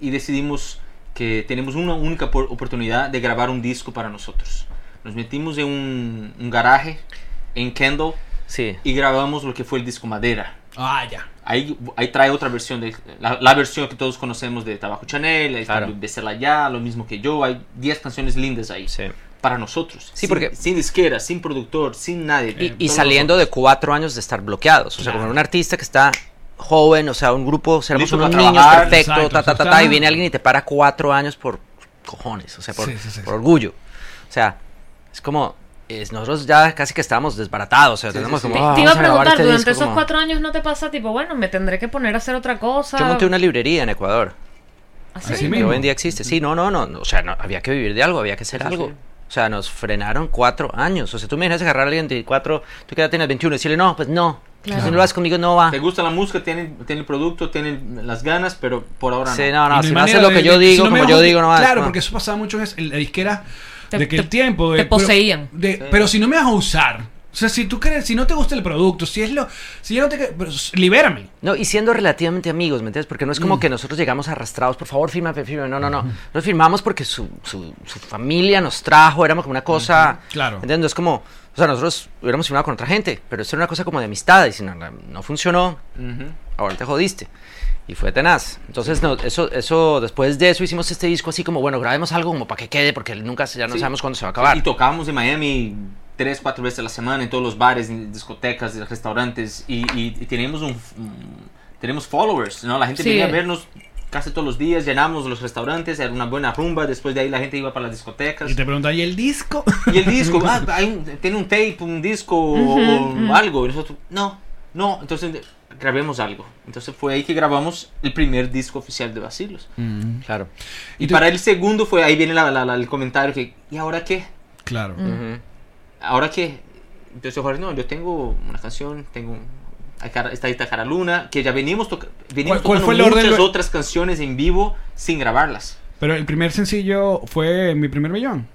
[SPEAKER 6] y decidimos que tenemos una única por- oportunidad de grabar un disco para nosotros. Nos metimos en un, un garaje en Kendall
[SPEAKER 5] Sí.
[SPEAKER 6] y grabamos lo que fue el disco Madera.
[SPEAKER 4] Ah, ya.
[SPEAKER 6] Ahí, ahí trae otra versión, de, la, la versión que todos conocemos de Tabaco Chanel, ahí
[SPEAKER 5] Claro.
[SPEAKER 6] está Besela Ya, lo mismo que yo, hay 10 canciones lindas ahí.
[SPEAKER 5] Sí.
[SPEAKER 6] Para nosotros.
[SPEAKER 5] Sí,
[SPEAKER 6] sin,
[SPEAKER 5] porque-
[SPEAKER 6] Sin disquera, sin productor, sin nadie.
[SPEAKER 5] Y, y
[SPEAKER 6] solo
[SPEAKER 5] saliendo
[SPEAKER 6] nosotros.
[SPEAKER 5] de cuatro años de estar bloqueados. O sea, como un artista que está joven, o sea, un grupo, seremos
[SPEAKER 6] Listo
[SPEAKER 5] unos
[SPEAKER 6] para
[SPEAKER 5] niños
[SPEAKER 6] trabajar,
[SPEAKER 5] perfectos,
[SPEAKER 4] exacto,
[SPEAKER 5] ta, ta, ta,
[SPEAKER 4] está-
[SPEAKER 5] ta, y viene alguien y te para cuatro años por cojones, o sea, por,
[SPEAKER 4] Sí, sí, sí,
[SPEAKER 5] por
[SPEAKER 4] sí.
[SPEAKER 5] orgullo. O sea, es como. es- nosotros ya casi que estábamos desbaratados. O sea,
[SPEAKER 6] Sí,
[SPEAKER 5] tenemos
[SPEAKER 6] sí, sí.
[SPEAKER 5] como. "Ah,
[SPEAKER 3] Te iba a
[SPEAKER 5] vamos grabar
[SPEAKER 3] preguntar,
[SPEAKER 5] este
[SPEAKER 3] durante
[SPEAKER 5] disco",
[SPEAKER 3] esos
[SPEAKER 5] como-
[SPEAKER 3] cuatro años no te pasa tipo, bueno, me tendré que poner a hacer otra cosa.
[SPEAKER 5] Yo monté una librería en Ecuador.
[SPEAKER 3] ¿Así?
[SPEAKER 4] Así
[SPEAKER 5] que
[SPEAKER 4] mismo.
[SPEAKER 5] hoy en día existe. Sí, no, no, no, no, O sea, no, había que vivir de algo, había que hacer algo. O sea, nos frenaron cuatro años. O sea, tú me dejas agarrar a alguien de cuatro, tú que ya tienes 21 y decirle, no, pues no.
[SPEAKER 3] Claro.
[SPEAKER 5] Si no lo haces conmigo, no va.
[SPEAKER 6] Te gusta la música, tienen, tienen el producto, tienen las ganas, pero por ahora
[SPEAKER 5] Sí,
[SPEAKER 6] no.
[SPEAKER 5] no, no,
[SPEAKER 4] Y
[SPEAKER 5] si
[SPEAKER 4] hay
[SPEAKER 5] no
[SPEAKER 4] manera
[SPEAKER 5] haces lo
[SPEAKER 4] de-
[SPEAKER 5] que
[SPEAKER 4] de-
[SPEAKER 5] yo
[SPEAKER 4] si
[SPEAKER 5] digo,
[SPEAKER 4] no me
[SPEAKER 5] como yo
[SPEAKER 4] dejas-
[SPEAKER 5] digo, no vas.
[SPEAKER 4] Claro,
[SPEAKER 5] no.
[SPEAKER 4] porque eso pasaba mucho en es- en la disquera
[SPEAKER 3] Te-
[SPEAKER 4] de que el
[SPEAKER 3] te-
[SPEAKER 4] tiempo.
[SPEAKER 3] te
[SPEAKER 4] de- pero-
[SPEAKER 3] poseían.
[SPEAKER 4] de- Pero si no me vas a usar. O sea, si tú crees, si no te gusta el producto, si es lo. Si yo no te. pero s- libérame.
[SPEAKER 5] No, y siendo relativamente amigos, ¿me entiendes? Porque no es
[SPEAKER 4] Mm.
[SPEAKER 5] como que nosotros llegamos arrastrados, por favor, firma, firma. No, no, no. Nos firmamos porque su, su, su familia nos trajo, éramos como una cosa.
[SPEAKER 4] claro.
[SPEAKER 5] ¿Entiendes? No Es como, o sea, nosotros hubiéramos firmado con otra gente, pero esto era una cosa como de amistad. Y si no, no- no funcionó,
[SPEAKER 6] Ujú.
[SPEAKER 5] ahora te jodiste. Y fue tenaz. Entonces, no, eso, eso, después de eso hicimos este disco así como, bueno, grabemos algo como para que quede, porque nunca, se- ya no
[SPEAKER 6] Sí.
[SPEAKER 5] sabemos cuándo se va
[SPEAKER 6] Y
[SPEAKER 5] a acabar.
[SPEAKER 6] tocábamos en Miami tres, cuatro veces a la semana en todos los bares, en discotecas, en restaurantes y, y- y tenemos un un- tenemos followers, ¿no? La gente
[SPEAKER 3] Sí.
[SPEAKER 6] venía a vernos casi todos los días, llenamos los restaurantes, era una buena rumba, después de ahí la gente iba para las discotecas.
[SPEAKER 4] Y te preguntan, ¿y el
[SPEAKER 5] [LAUGHS]
[SPEAKER 4] disco?
[SPEAKER 6] Y
[SPEAKER 4] [LAUGHS]
[SPEAKER 6] el disco, ah, hay un- tiene un tape, un disco o- o algo. Y nosotros, no, no, entonces eh, grabemos algo. Entonces fue ahí que grabamos el primer disco oficial de Basilos.
[SPEAKER 4] Mm.
[SPEAKER 5] Claro.
[SPEAKER 6] Y, para el segundo fue, ahí viene la- la- la- el comentario que, ¿y ahora qué?
[SPEAKER 4] Claro.
[SPEAKER 3] Mm.
[SPEAKER 5] Ujú.
[SPEAKER 6] Ahora que, entonces Jorge, no, yo tengo una canción, tengo un- hay cara- está esta cara luna, que ya venimos, toca- venimos
[SPEAKER 4] ¿Cuál- cuál
[SPEAKER 6] tocando
[SPEAKER 4] fue el orden?
[SPEAKER 6] muchas
[SPEAKER 4] Lo-
[SPEAKER 6] otras canciones en vivo sin grabarlas.
[SPEAKER 4] Pero el primer sencillo fue mi primer millón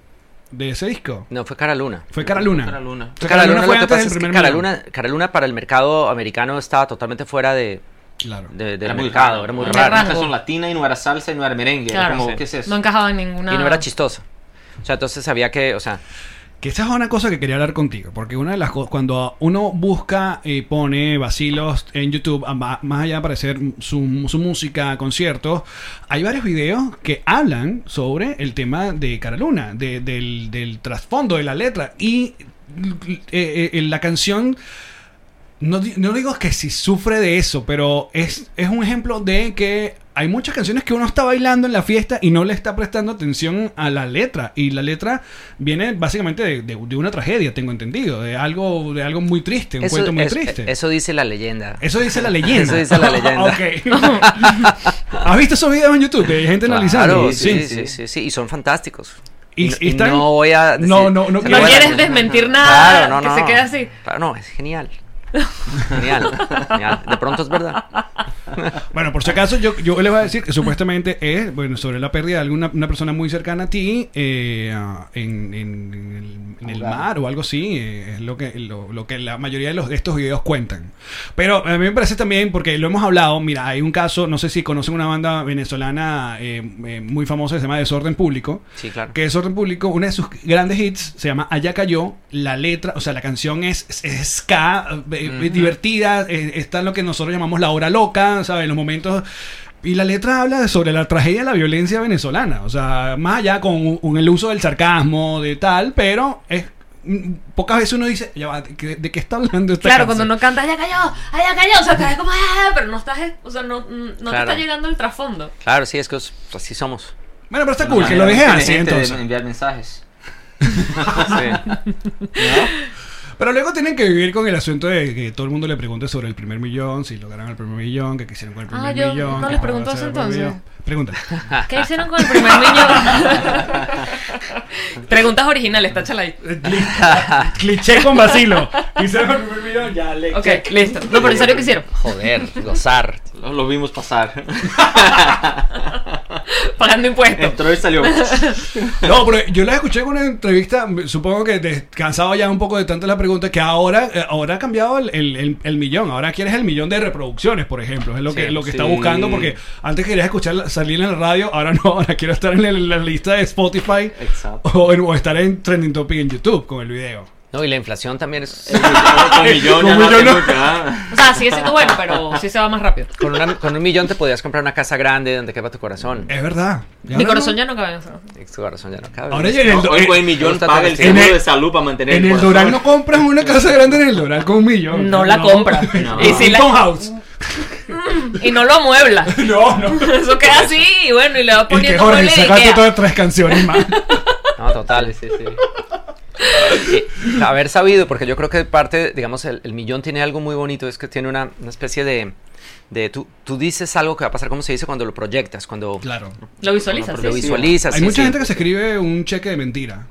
[SPEAKER 4] de ese disco.
[SPEAKER 5] No, fue Cara Luna.
[SPEAKER 4] Fue Cara Luna.
[SPEAKER 6] Cara Luna.
[SPEAKER 4] O sea,
[SPEAKER 5] Mm. Cara Luna,
[SPEAKER 4] Pues fue
[SPEAKER 5] lo que
[SPEAKER 4] antes
[SPEAKER 5] pasa
[SPEAKER 4] del
[SPEAKER 5] es que
[SPEAKER 4] primer
[SPEAKER 5] Cara
[SPEAKER 4] millón.
[SPEAKER 5] Luna, Cara Luna para el mercado americano estaba totalmente fuera de,
[SPEAKER 4] Claro.
[SPEAKER 5] de- del
[SPEAKER 6] Era muy
[SPEAKER 5] mercado,
[SPEAKER 6] raro,
[SPEAKER 5] era muy
[SPEAKER 6] ¿no?
[SPEAKER 5] raro.
[SPEAKER 6] Una
[SPEAKER 3] Rasgo.
[SPEAKER 6] canción latina y no era salsa y no era merengue. era
[SPEAKER 3] Claro.
[SPEAKER 6] como,
[SPEAKER 5] Sí.
[SPEAKER 6] ¿qué es eso?
[SPEAKER 3] No encajaba en ninguna.
[SPEAKER 5] Y no era chistoso. O sea, entonces había que, o sea,
[SPEAKER 4] Que esa es una cosa que quería hablar contigo, porque una de las cosas, cuando uno busca y pone vacilos en YouTube, a- ma- más allá de aparecer su, su música, conciertos, hay varios videos que hablan sobre el tema de Cara Luna, de- del, del trasfondo de la letra y eh, eh, eh, la canción... No, di- no digo que si sufre de eso, pero es, es un ejemplo de que hay muchas canciones que uno está bailando en la fiesta y no le está prestando atención a la letra. Y la letra viene básicamente de, de- de una tragedia, tengo entendido. De algo, de algo muy triste, un cuento muy
[SPEAKER 5] es- eh,
[SPEAKER 4] triste.
[SPEAKER 5] eso dice la leyenda.
[SPEAKER 4] Eso dice la leyenda.
[SPEAKER 5] Eso dice la leyenda.
[SPEAKER 4] [LAUGHS] Ok. [LAUGHS] ¿Has visto esos videos en YouTube? Que hay gente
[SPEAKER 5] Claro,
[SPEAKER 4] analizando.
[SPEAKER 5] sí, sí, sí, sí, sí, y son fantásticos.
[SPEAKER 4] Y-
[SPEAKER 5] no-
[SPEAKER 4] y están-
[SPEAKER 5] no voy a decir-
[SPEAKER 4] No, no, no
[SPEAKER 5] se
[SPEAKER 4] quiero-
[SPEAKER 5] lo voy a-
[SPEAKER 3] quieres desmentir nada,
[SPEAKER 5] Claro, no,
[SPEAKER 3] que
[SPEAKER 5] no,
[SPEAKER 3] se
[SPEAKER 5] no.
[SPEAKER 3] quede así.
[SPEAKER 5] Claro, no,
[SPEAKER 4] [LAUGHS]
[SPEAKER 5] es genial. Genial, genial. De pronto es verdad.
[SPEAKER 4] Bueno, por si acaso, yo, yo les voy a decir que supuestamente es, bueno, sobre la pérdida de alguna una persona muy cercana a ti eh, ah, en, en- en el- en el,
[SPEAKER 6] Ahogado.
[SPEAKER 4] mar o algo así, eh, es lo que, lo, lo que la mayoría de, los, de estos videos cuentan. Pero a mí me parece también, porque lo hemos hablado, mira, hay un caso, no sé si conocen una banda venezolana eh, eh, muy famosa que se llama Desorden Público,
[SPEAKER 5] Sí, claro.
[SPEAKER 4] que Desorden Público, uno de sus grandes hits se llama Allá cayó, la letra, o sea, la canción es, es- es ska, eh, eh, divertida, eh, está lo que nosotros llamamos la hora loca, ¿sabes? Los momentos... Y la letra habla de- sobre la tragedia de la violencia venezolana, o sea, más allá con, un- un- el uso del sarcasmo, de tal, pero es... mm, Pocas veces uno dice, ya va, ¿de, qué- de qué está hablando esta
[SPEAKER 3] Claro, cuando
[SPEAKER 4] canción?
[SPEAKER 3] uno canta, ya cayó, "Ay, ya cayó, o sea, te como, "Ah", pero no estás, o sea, no, no te
[SPEAKER 5] Claro.
[SPEAKER 3] está llegando el trasfondo.
[SPEAKER 5] Claro, sí, es que os- así somos.
[SPEAKER 4] Bueno, pero está
[SPEAKER 6] Una
[SPEAKER 4] cool, que lo
[SPEAKER 6] manera
[SPEAKER 4] dejé
[SPEAKER 6] muy
[SPEAKER 4] así
[SPEAKER 6] inteligente de
[SPEAKER 4] entonces. [LAUGHS]
[SPEAKER 6] enviar mensajes.
[SPEAKER 4] Pero luego tienen que vivir con el asunto de que todo el mundo le pregunte sobre el primer millón, si lograron el primer millón, que quisieron con el primer
[SPEAKER 3] Ah, yo
[SPEAKER 4] millón.
[SPEAKER 3] no
[SPEAKER 4] que
[SPEAKER 3] les
[SPEAKER 4] cómo
[SPEAKER 3] pregunto
[SPEAKER 4] va a ser
[SPEAKER 3] eso
[SPEAKER 4] el primer
[SPEAKER 3] entonces.
[SPEAKER 4] millón.
[SPEAKER 6] [LAUGHS]
[SPEAKER 4] Pregúntale.
[SPEAKER 3] ¿Qué hicieron con el primer niño? Preguntas originales, táchala ahí.
[SPEAKER 4] Eh, Cliché con vacilo. Quisieron el primer millón, ya le.
[SPEAKER 3] Ok, listo. No, pero en serio, ¿qué hicieron?
[SPEAKER 5] Joder, gozar.
[SPEAKER 6] Lo, lo vimos pasar.
[SPEAKER 3] Pagando impuestos.
[SPEAKER 6] Entró y salió.
[SPEAKER 4] No, pero yo la escuché en una entrevista, supongo que des- cansado ya un poco de tantas las preguntas, que ahora, eh, ahora ha cambiado el, el- el- el millón. Ahora quieres el millón de reproducciones, por ejemplo. Es lo que,
[SPEAKER 6] Sí,
[SPEAKER 4] lo que está
[SPEAKER 6] sí.
[SPEAKER 4] buscando, porque antes querías escuchar la- salir en la radio, ahora no, ahora quiero estar en la, la lista de Spotify [LAUGHS]
[SPEAKER 6] Exacto.
[SPEAKER 4] o, en- o estar en Trending Topic en YouTube con el video.
[SPEAKER 5] No, y la inflación también es.
[SPEAKER 6] Con millón ya
[SPEAKER 4] Con
[SPEAKER 6] no
[SPEAKER 4] millón
[SPEAKER 6] tengo
[SPEAKER 4] no.
[SPEAKER 6] nada.
[SPEAKER 3] O sea, sigue siendo bueno, pero sí se va más rápido.
[SPEAKER 5] Con, una- con un millón te podías comprar una casa grande donde quepa tu corazón.
[SPEAKER 4] Es verdad. Y
[SPEAKER 3] Mi
[SPEAKER 4] ahora
[SPEAKER 3] corazón
[SPEAKER 4] no-
[SPEAKER 3] ya no cabe en eso.
[SPEAKER 5] Y Tu corazón ya no cabe.
[SPEAKER 4] Ahora ya en el, do-
[SPEAKER 6] Hoy con el
[SPEAKER 4] en,
[SPEAKER 6] millón
[SPEAKER 5] Gusta
[SPEAKER 6] paga el
[SPEAKER 5] tener-
[SPEAKER 6] seguro
[SPEAKER 4] en el-
[SPEAKER 6] de salud para mantener
[SPEAKER 4] en el
[SPEAKER 6] corazón.
[SPEAKER 4] Doral no compras una casa grande en el Doral con un millón.
[SPEAKER 3] No la compras.
[SPEAKER 4] [LAUGHS] No.
[SPEAKER 3] Y si
[SPEAKER 4] Un
[SPEAKER 3] la- [LAUGHS]
[SPEAKER 4] townhouse.
[SPEAKER 3] Y no lo amuebla. [LAUGHS]
[SPEAKER 4] No, no.
[SPEAKER 3] Eso queda así, y bueno, y le va
[SPEAKER 4] Y que
[SPEAKER 3] poniendo
[SPEAKER 4] Jorge,
[SPEAKER 3] mueble de
[SPEAKER 4] sacaste
[SPEAKER 3] Ikea.
[SPEAKER 4] todas tres
[SPEAKER 3] [LAUGHS]
[SPEAKER 4] canciones más.
[SPEAKER 5] No, total.
[SPEAKER 6] Sí, sí, sí.
[SPEAKER 5] Y haber sabido, porque yo creo que parte, digamos, el, el millón tiene algo muy bonito, es que tiene una, una especie de... de tú, tú dices algo que va a pasar, como se dice, cuando lo proyectas, cuando
[SPEAKER 4] Claro.
[SPEAKER 3] Lo visualizas,
[SPEAKER 5] lo
[SPEAKER 3] sí. sí.
[SPEAKER 5] visualizas.
[SPEAKER 4] Hay
[SPEAKER 5] sí,
[SPEAKER 4] mucha
[SPEAKER 5] sí.
[SPEAKER 4] gente que se escribe un cheque de mentira.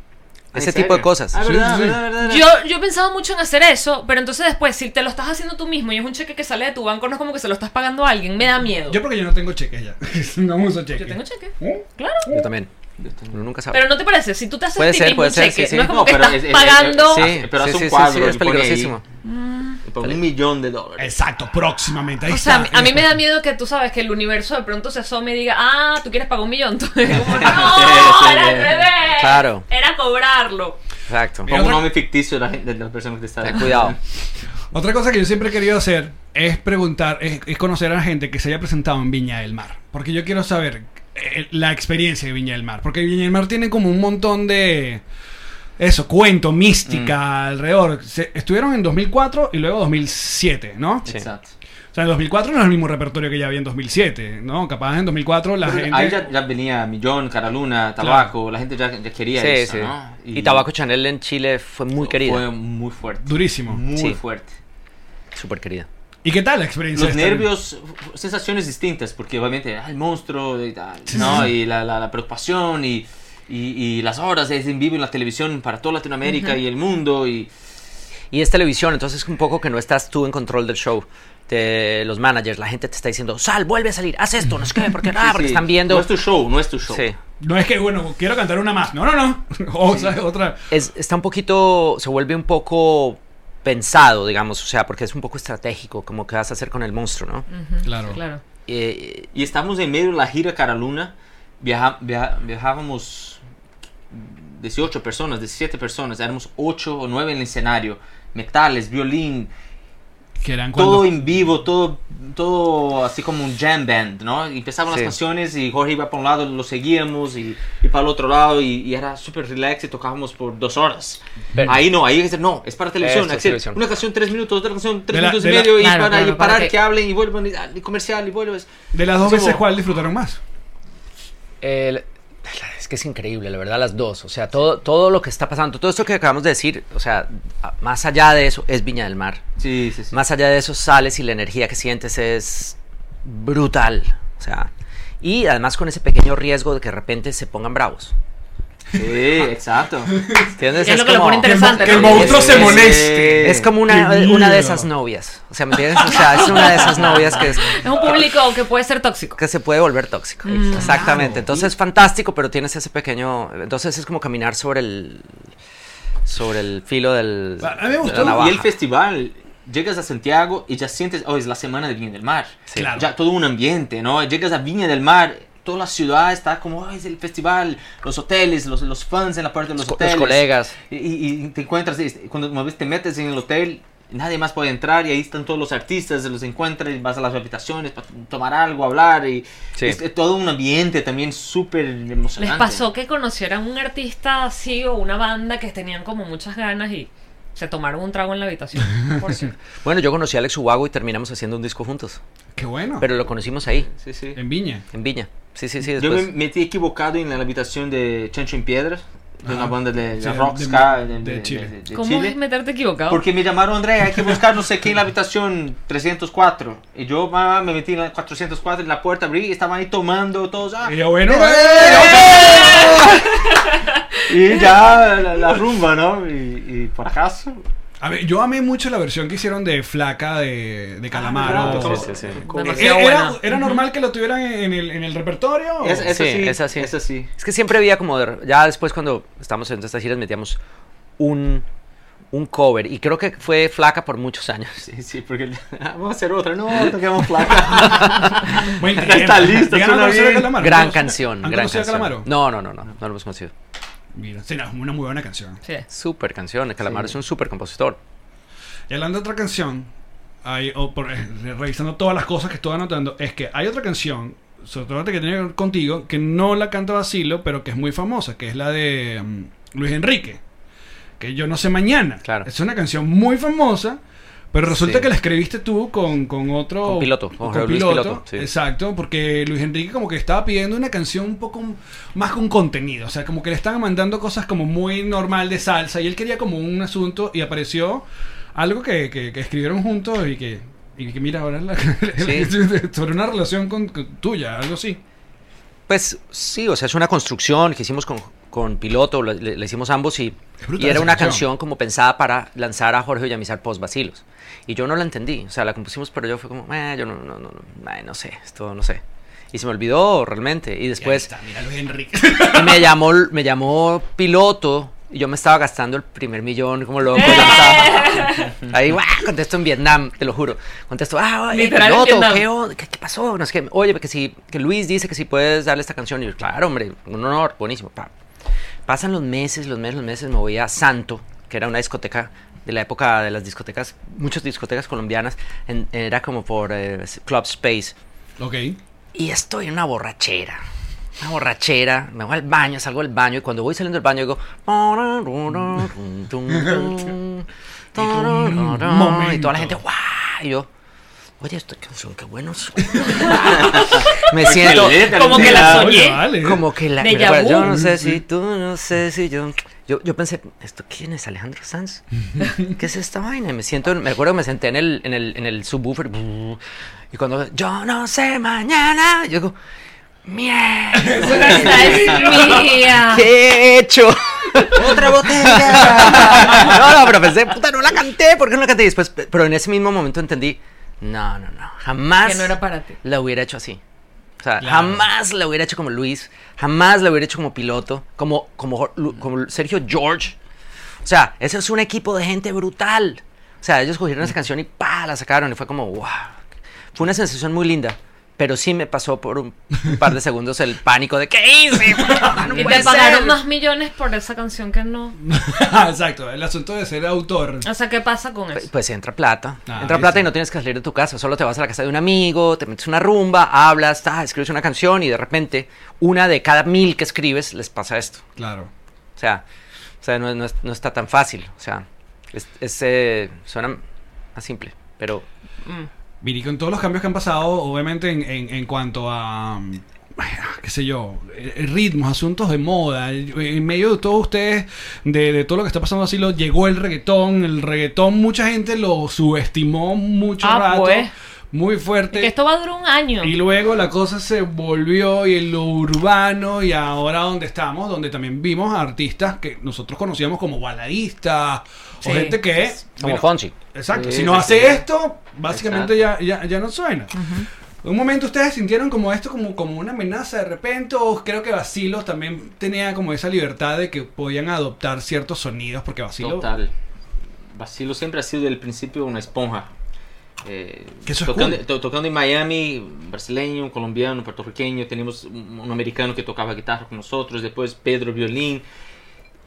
[SPEAKER 5] Ese
[SPEAKER 6] ¿En
[SPEAKER 5] tipo de
[SPEAKER 6] serio?
[SPEAKER 5] cosas.
[SPEAKER 6] Ah,
[SPEAKER 4] Sí,
[SPEAKER 6] verdad,
[SPEAKER 4] sí, sí.
[SPEAKER 6] verdad, verdad.
[SPEAKER 3] Yo, yo he pensado mucho en hacer eso, pero entonces después, si te lo estás haciendo tú mismo y es un cheque que sale de tu banco, no es como que se lo estás pagando a alguien, me da miedo.
[SPEAKER 4] Yo porque yo no tengo cheques ya. [LAUGHS] no uso cheques.
[SPEAKER 3] Yo tengo cheque.
[SPEAKER 4] ¿Eh?
[SPEAKER 3] Claro.
[SPEAKER 5] Yo también. Uno nunca sabe.
[SPEAKER 3] Pero no te parece, si tú te haces
[SPEAKER 5] Puede
[SPEAKER 3] ti
[SPEAKER 5] ser,
[SPEAKER 3] mismo
[SPEAKER 5] puede
[SPEAKER 3] un
[SPEAKER 5] ser,
[SPEAKER 3] cheque,
[SPEAKER 5] sí, sí.
[SPEAKER 3] no es como
[SPEAKER 6] No,
[SPEAKER 3] que
[SPEAKER 6] pero
[SPEAKER 3] estás
[SPEAKER 6] es- es-
[SPEAKER 3] pagando.
[SPEAKER 5] sí,
[SPEAKER 6] pero
[SPEAKER 5] sí,
[SPEAKER 6] hace un
[SPEAKER 5] sí, sí,
[SPEAKER 6] cuadro
[SPEAKER 5] sí,
[SPEAKER 6] y
[SPEAKER 5] es
[SPEAKER 6] pone ahí.
[SPEAKER 5] peligrosísimo.
[SPEAKER 6] Por un millón de dólares.
[SPEAKER 4] Exacto, próximamente. Ahí
[SPEAKER 3] O sea, a
[SPEAKER 4] está.
[SPEAKER 3] mí- a mí me da miedo que tú sabes que el universo de pronto se asome y diga, ah, tú quieres pagar un millón. [LAUGHS] Entonces, como, no,
[SPEAKER 6] sí,
[SPEAKER 3] era al
[SPEAKER 6] sí.
[SPEAKER 3] revés.
[SPEAKER 5] Claro.
[SPEAKER 3] Era cobrarlo.
[SPEAKER 5] Exacto.
[SPEAKER 6] Pongo
[SPEAKER 4] otra-
[SPEAKER 6] un nombre ficticio de la gente- de las personas que te están.
[SPEAKER 5] Ten cuidado.
[SPEAKER 4] Otra cosa que yo siempre he querido hacer es preguntar, es, es conocer a la gente que se haya presentado en Viña del Mar. Porque yo quiero saber eh, la experiencia de Viña del Mar. Porque Viña del Mar tiene como un montón de... Eso, cuento, mística,
[SPEAKER 6] Mm.
[SPEAKER 4] alrededor. Se- estuvieron en 2004 y luego 2007, ¿no?
[SPEAKER 5] Sí.
[SPEAKER 6] Exacto.
[SPEAKER 4] O sea, en 2004 no es el mismo repertorio que ya había en 2007, ¿no? Capaz en 2004 la gente...
[SPEAKER 6] Ahí ya, ya venía Millón, Caraluna, Tabaco, la gente ya, ya quería
[SPEAKER 5] Sí,
[SPEAKER 6] eso,
[SPEAKER 5] sí.
[SPEAKER 6] ¿no?
[SPEAKER 5] Y, Tabaco Chanel en Chile fue muy querida.
[SPEAKER 6] Fue muy fuerte.
[SPEAKER 4] Durísimo.
[SPEAKER 6] Muy
[SPEAKER 5] Sí.
[SPEAKER 6] fuerte.
[SPEAKER 5] Súper querida.
[SPEAKER 4] ¿Y qué tal la experiencia?
[SPEAKER 6] Los
[SPEAKER 4] de estar en-
[SPEAKER 6] nervios, f- f- sensaciones distintas, porque obviamente ah, el monstruo y tal,
[SPEAKER 4] Sí,
[SPEAKER 6] ¿no?
[SPEAKER 4] sí, sí.
[SPEAKER 6] Y la, la- la preocupación y, y- y las horas es en vivo en la televisión para toda Latinoamérica y el mundo y
[SPEAKER 5] Y es televisión, entonces un poco que no estás tú en control del show. Te- los managers, la gente te está diciendo, sal, vuelve a salir, haz esto, no sé qué,
[SPEAKER 6] [LAUGHS]
[SPEAKER 5] porque nada,
[SPEAKER 6] Sí,
[SPEAKER 5] Ah, porque
[SPEAKER 6] sí.
[SPEAKER 5] están viendo.
[SPEAKER 6] No es tu show, no es tu show.
[SPEAKER 5] Sí.
[SPEAKER 4] No es que, bueno, quiero cantar una más. No, no, no. [LAUGHS] O sea, otra.
[SPEAKER 5] Es- está un poquito, se vuelve un poco pensado, digamos, o sea, porque es un poco estratégico, como qué vas a hacer con el monstruo, ¿no?
[SPEAKER 6] Mm.
[SPEAKER 4] Claro.
[SPEAKER 3] Claro.
[SPEAKER 5] Eh,
[SPEAKER 6] Y estamos en medio de la gira Cara Luna. Viaja, viaja- viajábamos 18 personas, 17 personas. Éramos 8 o 9 en el escenario. Metales, violín.
[SPEAKER 4] Que eran cuando...
[SPEAKER 6] todo en vivo, todo, todo así como un jam band, ¿no? Y Empezaban
[SPEAKER 5] Sí.
[SPEAKER 6] las canciones y Jorge iba para un lado, lo seguíamos y, y para el otro lado y, y era súper relax y tocábamos por dos horas.
[SPEAKER 5] Pero-
[SPEAKER 6] ahí no, ahí es- no, es para televisión.
[SPEAKER 5] Eso,
[SPEAKER 6] es decir,
[SPEAKER 5] televisión.
[SPEAKER 6] Una canción tres minutos, otra canción tres
[SPEAKER 4] De la-
[SPEAKER 6] minutos y
[SPEAKER 4] de la-
[SPEAKER 6] medio y,
[SPEAKER 3] Claro,
[SPEAKER 6] para, y
[SPEAKER 3] claro, para
[SPEAKER 6] parar
[SPEAKER 3] que-
[SPEAKER 6] que... hablen y vuelvan y, ah, y comercial y vuelves.
[SPEAKER 4] De las dos
[SPEAKER 6] Sí,
[SPEAKER 4] veces,
[SPEAKER 6] bo.
[SPEAKER 4] ¿cuál disfrutaron más?
[SPEAKER 5] El- es que es increíble, la verdad, las dos. O sea, todo, todo lo que está pasando, todo esto que acabamos de decir, o sea, a- más allá de eso, es Viña del Mar.
[SPEAKER 6] Sí, sí, sí.
[SPEAKER 5] Más allá de eso, sales y la energía que sientes es brutal. O sea, y además con ese pequeño riesgo de que de repente se pongan bravos.
[SPEAKER 6] Sí, exacto.
[SPEAKER 5] ¿Entiendes?
[SPEAKER 3] Es lo que lo pone interesante,
[SPEAKER 4] Que el
[SPEAKER 3] ¿no?
[SPEAKER 4] monstruo se
[SPEAKER 5] es-
[SPEAKER 4] moleste.
[SPEAKER 5] Es como una,
[SPEAKER 4] Qué
[SPEAKER 5] una
[SPEAKER 4] miedo.
[SPEAKER 5] de esas novias. O sea, ¿me entiendes? O sea, es una de esas novias
[SPEAKER 3] [LAUGHS]
[SPEAKER 5] que es-
[SPEAKER 3] Es un público que puede ser tóxico.
[SPEAKER 5] que se puede volver tóxico.
[SPEAKER 3] Mm.
[SPEAKER 5] Exactamente. Entonces es fantástico, pero tienes ese pequeño. Entonces es como caminar sobre el. sobre el filo del.
[SPEAKER 4] A mí me
[SPEAKER 5] de la
[SPEAKER 4] gustó.
[SPEAKER 5] navaja.
[SPEAKER 6] Y el festival, llegas a Santiago y ya sientes, oh, es la semana de Viña del Mar.
[SPEAKER 4] Claro.
[SPEAKER 6] Ya todo un ambiente, ¿no? Llegas a Viña del Mar, toda la ciudad está como, oh, es el festival, los hoteles, los, los fans en la parte de los
[SPEAKER 5] Co-
[SPEAKER 6] hoteles.
[SPEAKER 5] Los colegas.
[SPEAKER 6] Y, y- y te encuentras, es- cuando una vez te metes en el hotel, nadie más puede entrar y ahí están todos los artistas, los encuentras, y vas a las habitaciones para tomar algo, hablar y
[SPEAKER 5] Sí.
[SPEAKER 6] es, es todo un ambiente también súper emocionante.
[SPEAKER 3] ¿Les pasó que conocieran un artista así o una banda que tenían como muchas ganas y se tomaron un trago en la habitación? Por cierto.
[SPEAKER 5] Bueno, yo conocí a Alex Ubago y terminamos haciendo un disco juntos.
[SPEAKER 4] Qué bueno.
[SPEAKER 5] Pero lo conocimos ahí,
[SPEAKER 6] Sí, sí.
[SPEAKER 4] En Viña.
[SPEAKER 5] en Viña. Sí, sí, sí.
[SPEAKER 6] Yo
[SPEAKER 5] Después.
[SPEAKER 6] me metí equivocado en la habitación de Chancho en Piedras, de una banda de, de
[SPEAKER 4] Sí,
[SPEAKER 6] rock
[SPEAKER 4] de-
[SPEAKER 6] ska
[SPEAKER 4] de
[SPEAKER 6] de, de-
[SPEAKER 4] Chile.
[SPEAKER 6] de- de
[SPEAKER 3] ¿Cómo
[SPEAKER 6] Chile.
[SPEAKER 3] es meterte equivocado?
[SPEAKER 6] Porque me llamaron, Andrea, hay que buscar no sé qué en la habitación 304. Y yo ah, me metí en la 404, en la puerta abrí, y estaban ahí tomando todos. ah,
[SPEAKER 4] Y yo, bueno,
[SPEAKER 6] eh, y ya la, la rumba, ¿no? Y, y por acaso.
[SPEAKER 4] A ver, yo amé mucho la versión que hicieron de Flaca de, de Calamaro.
[SPEAKER 6] ¿verdad?
[SPEAKER 5] Sí, sí, sí.
[SPEAKER 6] Como-
[SPEAKER 3] Demasiado.
[SPEAKER 4] ¿Era, era,
[SPEAKER 3] buena.
[SPEAKER 4] era normal que lo tuvieran en el, en el repertorio?
[SPEAKER 6] Es, es
[SPEAKER 5] Sí,
[SPEAKER 6] así,
[SPEAKER 5] es así.
[SPEAKER 6] Es así.
[SPEAKER 5] Es que siempre había como. de- ya después, cuando estábamos en estas giras, metíamos un. Un cover, y creo que fue flaca por muchos años.
[SPEAKER 6] Sí, sí, porque [LAUGHS] vamos a hacer otra.
[SPEAKER 5] [LAUGHS]
[SPEAKER 6] No, toquemos placa.
[SPEAKER 4] Buen
[SPEAKER 6] Está
[SPEAKER 4] tema.
[SPEAKER 6] listo,
[SPEAKER 4] ¿Llegaron a
[SPEAKER 6] suena
[SPEAKER 4] conocer a
[SPEAKER 6] bien.
[SPEAKER 4] Calamaro?
[SPEAKER 5] gran
[SPEAKER 4] ¿Conocen-
[SPEAKER 5] canción.
[SPEAKER 4] ¿Han
[SPEAKER 5] gran
[SPEAKER 4] conocido a
[SPEAKER 5] canción.
[SPEAKER 4] Calamaro?
[SPEAKER 5] No, no, no, no, no lo hemos conocido.
[SPEAKER 4] Mira, será una muy buena canción.
[SPEAKER 3] Sí.
[SPEAKER 5] Súper canción. Calamaro
[SPEAKER 6] Sí.
[SPEAKER 5] es un súper compositor.
[SPEAKER 4] Y hablando de otra canción, hay, o por- eh, revisando todas las cosas que estoy anotando, es que hay otra canción, sobre todo que tiene que ver contigo, que no la canta Basilo, pero que es muy famosa, que es la de mm, Luis Enrique, que yo no sé mañana.
[SPEAKER 5] Claro.
[SPEAKER 4] Es una canción muy famosa. Pero resulta
[SPEAKER 5] Sí.
[SPEAKER 4] que la escribiste tú con, con otro...
[SPEAKER 5] Con Piloto, con Jorge Luis Piloto, sí.
[SPEAKER 4] Exacto, porque Luis Enrique como que estaba pidiendo una canción un poco más con contenido. O sea, como que le estaban mandando cosas como muy normal de salsa y él quería como un asunto y apareció algo que, que- que escribieron juntos y que, y que mira ahora la- [LAUGHS] sobre una relación con, con- tuya, algo así.
[SPEAKER 5] Pues sí, o sea, es una construcción que hicimos con, con Piloto, la- le, le hicimos ambos y,
[SPEAKER 4] Qué brutal
[SPEAKER 5] y era
[SPEAKER 4] esa
[SPEAKER 5] una
[SPEAKER 4] canción.
[SPEAKER 5] canción como pensada para lanzar a Jorge Villamizar post Basilos. Y yo no la entendí, o sea, la compusimos, pero yo fue como, eh, yo no, no, no, no, ay, no sé, esto no sé. Y se me olvidó realmente. Y después
[SPEAKER 4] Ahí está, mira Luis Enrique.
[SPEAKER 5] y me llamó, me llamó Piloto y yo me estaba gastando el primer millón como loco. estaba-
[SPEAKER 3] Eh.
[SPEAKER 5] Ahí, ¡guau! contesto en Vietnam, te lo juro. Contesto, ah, oye,
[SPEAKER 3] Literal en
[SPEAKER 5] Piloto,
[SPEAKER 3] Vietnam.
[SPEAKER 5] ¿qué, on- qué- qué pasó? No sé qué. Oye, que, si, que Luis dice que si puedes darle esta canción. Y yo, claro, hombre, un honor, buenísimo. pa. Pasan los meses, los meses, los meses, me voy a Santo, que era una discoteca de la época de las discotecas, muchas discotecas colombianas, en- era como por eh, Club Space.
[SPEAKER 4] [LAUGHS] ok.
[SPEAKER 5] Y estoy en una borrachera. Una borrachera. Me voy al baño, salgo del baño. Y cuando voy saliendo del baño, digo. Y toda la gente, ¡guau! Y yo. Oye, esta canción, qué bueno. Me siento
[SPEAKER 3] Como que la soñé.
[SPEAKER 4] Ah, Oye, vale. ¿eh?
[SPEAKER 5] como que la.
[SPEAKER 3] Déjà
[SPEAKER 5] mira, bueno, yo
[SPEAKER 3] vu.
[SPEAKER 5] no sé si tú, no sé si yo. Yo, yo pensé, ¿esto quién es Alejandro Sanz? ¿Qué es esta vaina? Y Me siento, me acuerdo que me senté en el, en el, en el subwoofer. Y cuando yo no sé mañana, yo digo,
[SPEAKER 3] [LAUGHS]
[SPEAKER 5] mierda,
[SPEAKER 3] Esa es mía.
[SPEAKER 5] [LAUGHS] ¿qué
[SPEAKER 3] [LAUGHS]
[SPEAKER 5] he hecho? Otra botella. No, no, pero pensé, puta, no la canté, ¿por qué no la canté? Y después, pero en ese mismo momento entendí, no, no, no, jamás
[SPEAKER 3] Que no era para ti.
[SPEAKER 5] la hubiera hecho así. O sea,
[SPEAKER 4] Claro.
[SPEAKER 5] jamás la hubiera hecho como Luis, jamás la hubiera hecho como piloto, como, como, Jor- Lu- como Sergio George. O sea, ese es un equipo de gente brutal. O sea, ellos cogieron esa canción y pa, la sacaron y fue como, wow. Fue una sensación muy linda. Pero sí me pasó por un, un par de segundos el pánico de ¿qué
[SPEAKER 3] [LAUGHS]
[SPEAKER 5] hice? No
[SPEAKER 3] Y
[SPEAKER 5] puede
[SPEAKER 3] te pagaron
[SPEAKER 5] ser.
[SPEAKER 3] más millones por esa canción que no.
[SPEAKER 4] [LAUGHS] Exacto, el asunto de ser autor.
[SPEAKER 3] O sea, ¿qué pasa con eso?
[SPEAKER 5] Pues entra plata.
[SPEAKER 4] Ah,
[SPEAKER 5] entra plata
[SPEAKER 4] listo.
[SPEAKER 5] y no tienes que salir de tu casa. Solo te vas a la casa de un amigo, te metes una rumba, hablas, ta, escribes una canción y de repente una de cada mil que escribes les pasa esto.
[SPEAKER 4] Claro.
[SPEAKER 5] O sea, o sea no, no es- no está tan fácil. O sea, es, es, eh, suena más simple, pero
[SPEAKER 4] Miri, con todos los cambios que han pasado, obviamente en, en- en cuanto a, mm, qué sé yo, eh, ritmos, asuntos de moda, eh, en medio de todos ustedes, de, de todo lo que está pasando así, lo, llegó el reggaetón, el reggaetón mucha gente lo subestimó mucho
[SPEAKER 3] Ah,
[SPEAKER 4] rato,
[SPEAKER 3] pues.
[SPEAKER 4] muy fuerte.
[SPEAKER 3] Que esto va a durar un año.
[SPEAKER 4] Y luego la cosa se volvió y en lo urbano y ahora donde estamos, donde también vimos a artistas que nosotros conocíamos como baladistas
[SPEAKER 3] Sí.
[SPEAKER 4] o gente que...
[SPEAKER 5] como
[SPEAKER 4] mira,
[SPEAKER 5] Fonsi.
[SPEAKER 4] Exacto,
[SPEAKER 6] Sí,
[SPEAKER 4] si no hace
[SPEAKER 6] efectivamente.
[SPEAKER 4] esto, básicamente ya, ya, ya no suena. Un momento ustedes sintieron como esto como, como una amenaza de repente o creo que Basilos también tenía como esa libertad de que podían adoptar ciertos sonidos porque Basilo
[SPEAKER 6] Total. Basilo siempre ha sido del principio una esponja. Eh,
[SPEAKER 4] Que eso es
[SPEAKER 6] tocando,
[SPEAKER 4] cool.
[SPEAKER 6] to- tocando en Miami, brasileño, colombiano, puertorriqueño, tenemos un, un americano que tocaba guitarra con nosotros, después Pedro violín,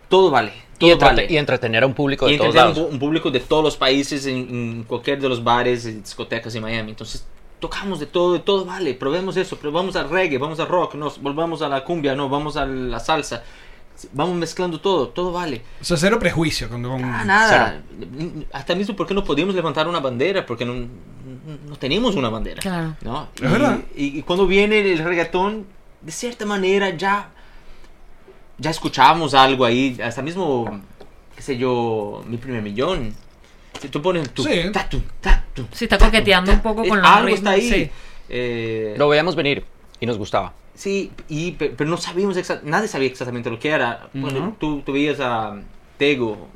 [SPEAKER 6] todo vale, todo
[SPEAKER 5] Y, entrete-
[SPEAKER 6] vale.
[SPEAKER 5] y entretener a un público
[SPEAKER 6] Y
[SPEAKER 5] de todos
[SPEAKER 6] entender un,
[SPEAKER 5] lados.
[SPEAKER 6] pu- un público de todos los países en, en cualquier de los bares y discotecas en Miami. Entonces, tocamos de todo, de todo vale. Probemos eso, probamos al reggae, vamos al rock, nos volvamos a la cumbia, no, vamos a la salsa. Vamos mezclando todo, todo vale.
[SPEAKER 4] O sea, cero prejuicio. Con, con-
[SPEAKER 6] Ah, nada. Hasta mismo porque no podíamos levantar una bandera, porque no, no tenemos una bandera.
[SPEAKER 3] Claro.
[SPEAKER 6] ¿no?
[SPEAKER 4] Es
[SPEAKER 6] Y,
[SPEAKER 4] verdad.
[SPEAKER 6] y- y cuando viene el reggaetón, de cierta manera ya, ya escuchábamos algo ahí, hasta mismo, qué sé yo, mi primer millón. Si tú pones tu...
[SPEAKER 4] Sí.
[SPEAKER 6] ta, tu, ta, tu,
[SPEAKER 3] Sí, está
[SPEAKER 6] ta, tu,
[SPEAKER 3] coqueteando
[SPEAKER 6] ta,
[SPEAKER 3] un poco
[SPEAKER 6] es-
[SPEAKER 3] con los
[SPEAKER 6] Algo
[SPEAKER 3] ritmos,
[SPEAKER 6] está ahí.
[SPEAKER 3] sí.
[SPEAKER 6] Eh,
[SPEAKER 5] Lo veíamos venir y nos gustaba.
[SPEAKER 6] Sí, y, pe- pero no sabíamos exactamente, nadie sabía exactamente lo que era. Cuando
[SPEAKER 4] Ujú.
[SPEAKER 6] tú, tú veías a Tego,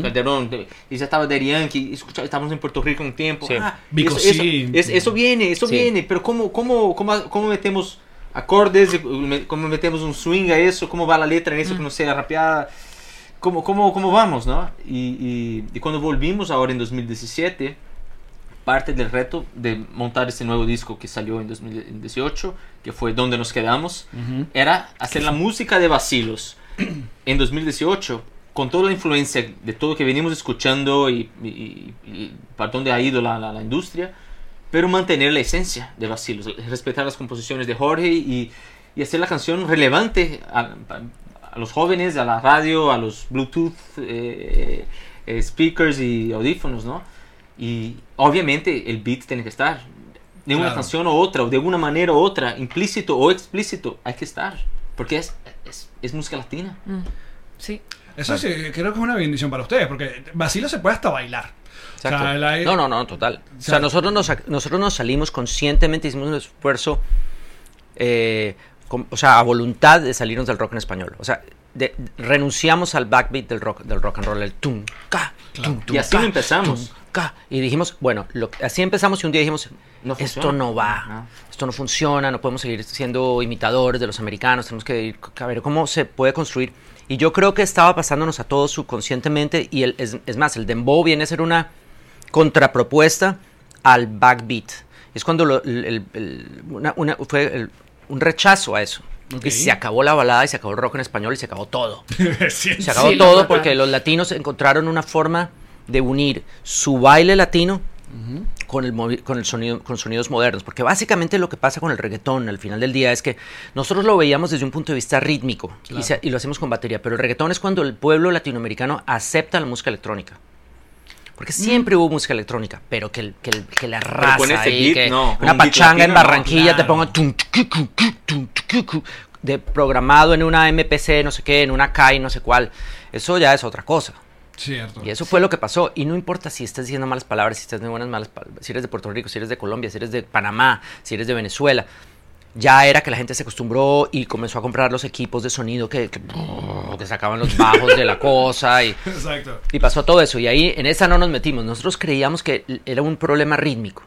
[SPEAKER 6] Calderón, te- y ya estaba Darian, que escucha- estábamos en Puerto Rico un tiempo.
[SPEAKER 5] Sí.
[SPEAKER 6] Ah,
[SPEAKER 4] Vico,
[SPEAKER 6] eso, eso-
[SPEAKER 4] sí.
[SPEAKER 6] es- eso viene, eso
[SPEAKER 5] Sí.
[SPEAKER 6] viene, pero ¿cómo, cómo, cómo, cómo metemos acordes, y me- cómo metemos un swing a eso, cómo va la letra en eso que no sea rapeada? ¿Cómo, cómo, cómo vamos, no? Y, y- y cuando volvimos ahora en 2017 parte del reto de montar este nuevo disco que salió en 2018, que fue Donde nos quedamos, era hacer la música de Basilos. En 2018, con toda la influencia de todo que venimos escuchando y, y- y- y para dónde ha ido la, la- la industria, pero mantener la esencia de Basilos, respetar las composiciones de Jorge y, y hacer la canción relevante a, a los jóvenes, a la radio, a los Bluetooth eh, eh, speakers y audífonos, ¿no? Y obviamente el beat tiene que estar. De una
[SPEAKER 4] Claro.
[SPEAKER 6] canción o otra, o de una manera u otra, implícito o explícito, hay que estar. Porque es, es, es música latina.
[SPEAKER 3] Sí.
[SPEAKER 4] Eso sí, creo que es una bendición para ustedes porque Basilo se puede hasta bailar. O sea,
[SPEAKER 5] Exacto.
[SPEAKER 4] la-
[SPEAKER 5] No, no, no, total. O sea,
[SPEAKER 4] sea-
[SPEAKER 5] nosotros nos, sac- nosotros nos salimos conscientemente, hicimos un esfuerzo, eh, con- o sea, a voluntad de salirnos del rock en español. O sea, de- renunciamos al backbeat del rock, del rock and roll, el tum, ca, tum, tum,
[SPEAKER 6] Y así
[SPEAKER 5] ca,
[SPEAKER 6] lo empezamos.
[SPEAKER 5] tum, ca. Y dijimos, bueno, lo- así empezamos y un día dijimos,
[SPEAKER 6] No
[SPEAKER 5] esto
[SPEAKER 6] funciona.
[SPEAKER 5] no va,
[SPEAKER 6] No.
[SPEAKER 5] esto no funciona, no podemos seguir siendo imitadores de los americanos, tenemos que ir a ver cómo se puede construir. Y yo creo que estaba pasándonos a todos subconscientemente y el- es, es más, el dembow viene a ser una contrapropuesta al backbeat. Es cuando lo- el- el- el- una- una- fue el- un rechazo a eso.
[SPEAKER 4] Ok.
[SPEAKER 5] Y se acabó la balada y se acabó el rock en español y se acabó todo.
[SPEAKER 4] Sí,
[SPEAKER 5] Se acabó
[SPEAKER 3] Sí, lo
[SPEAKER 5] todo
[SPEAKER 3] total.
[SPEAKER 5] porque los latinos encontraron una forma de unir su baile latino con, el movi- con, el sonido, con sonidos modernos. Porque básicamente lo que pasa con el reggaetón al final del día es que nosotros lo veíamos desde un punto de vista rítmico y se- y, lo hacemos con batería. Pero el reggaetón es cuando el pueblo latinoamericano acepta la música electrónica. Porque siempre hubo música electrónica, pero que, el- que, el- que la raza
[SPEAKER 6] con ese
[SPEAKER 5] ahí,
[SPEAKER 6] beat,
[SPEAKER 5] que
[SPEAKER 6] no, con
[SPEAKER 5] una
[SPEAKER 6] un beat
[SPEAKER 5] pachanga
[SPEAKER 6] latino,
[SPEAKER 5] en
[SPEAKER 6] no,
[SPEAKER 5] Barranquilla te
[SPEAKER 4] claro.
[SPEAKER 5] ponga tum, tchucu, cu, tum, tchucu, de programado en una MPC, no sé qué, en una CAI, no sé cuál. Eso ya es otra cosa.
[SPEAKER 4] Cierto.
[SPEAKER 5] Y eso fue lo que pasó. Y no importa si estás diciendo malas palabras, si estás de buenas malas palabras, si eres de Puerto Rico, si eres de Colombia, si eres de Panamá, si eres de Venezuela. Ya era que la gente se acostumbró y comenzó a comprar los equipos de sonido que, que, que sacaban los bajos de la cosa y,
[SPEAKER 4] Exacto.
[SPEAKER 5] y pasó todo eso. Y ahí en esa no nos metimos. Nosotros creíamos que l- era un problema rítmico,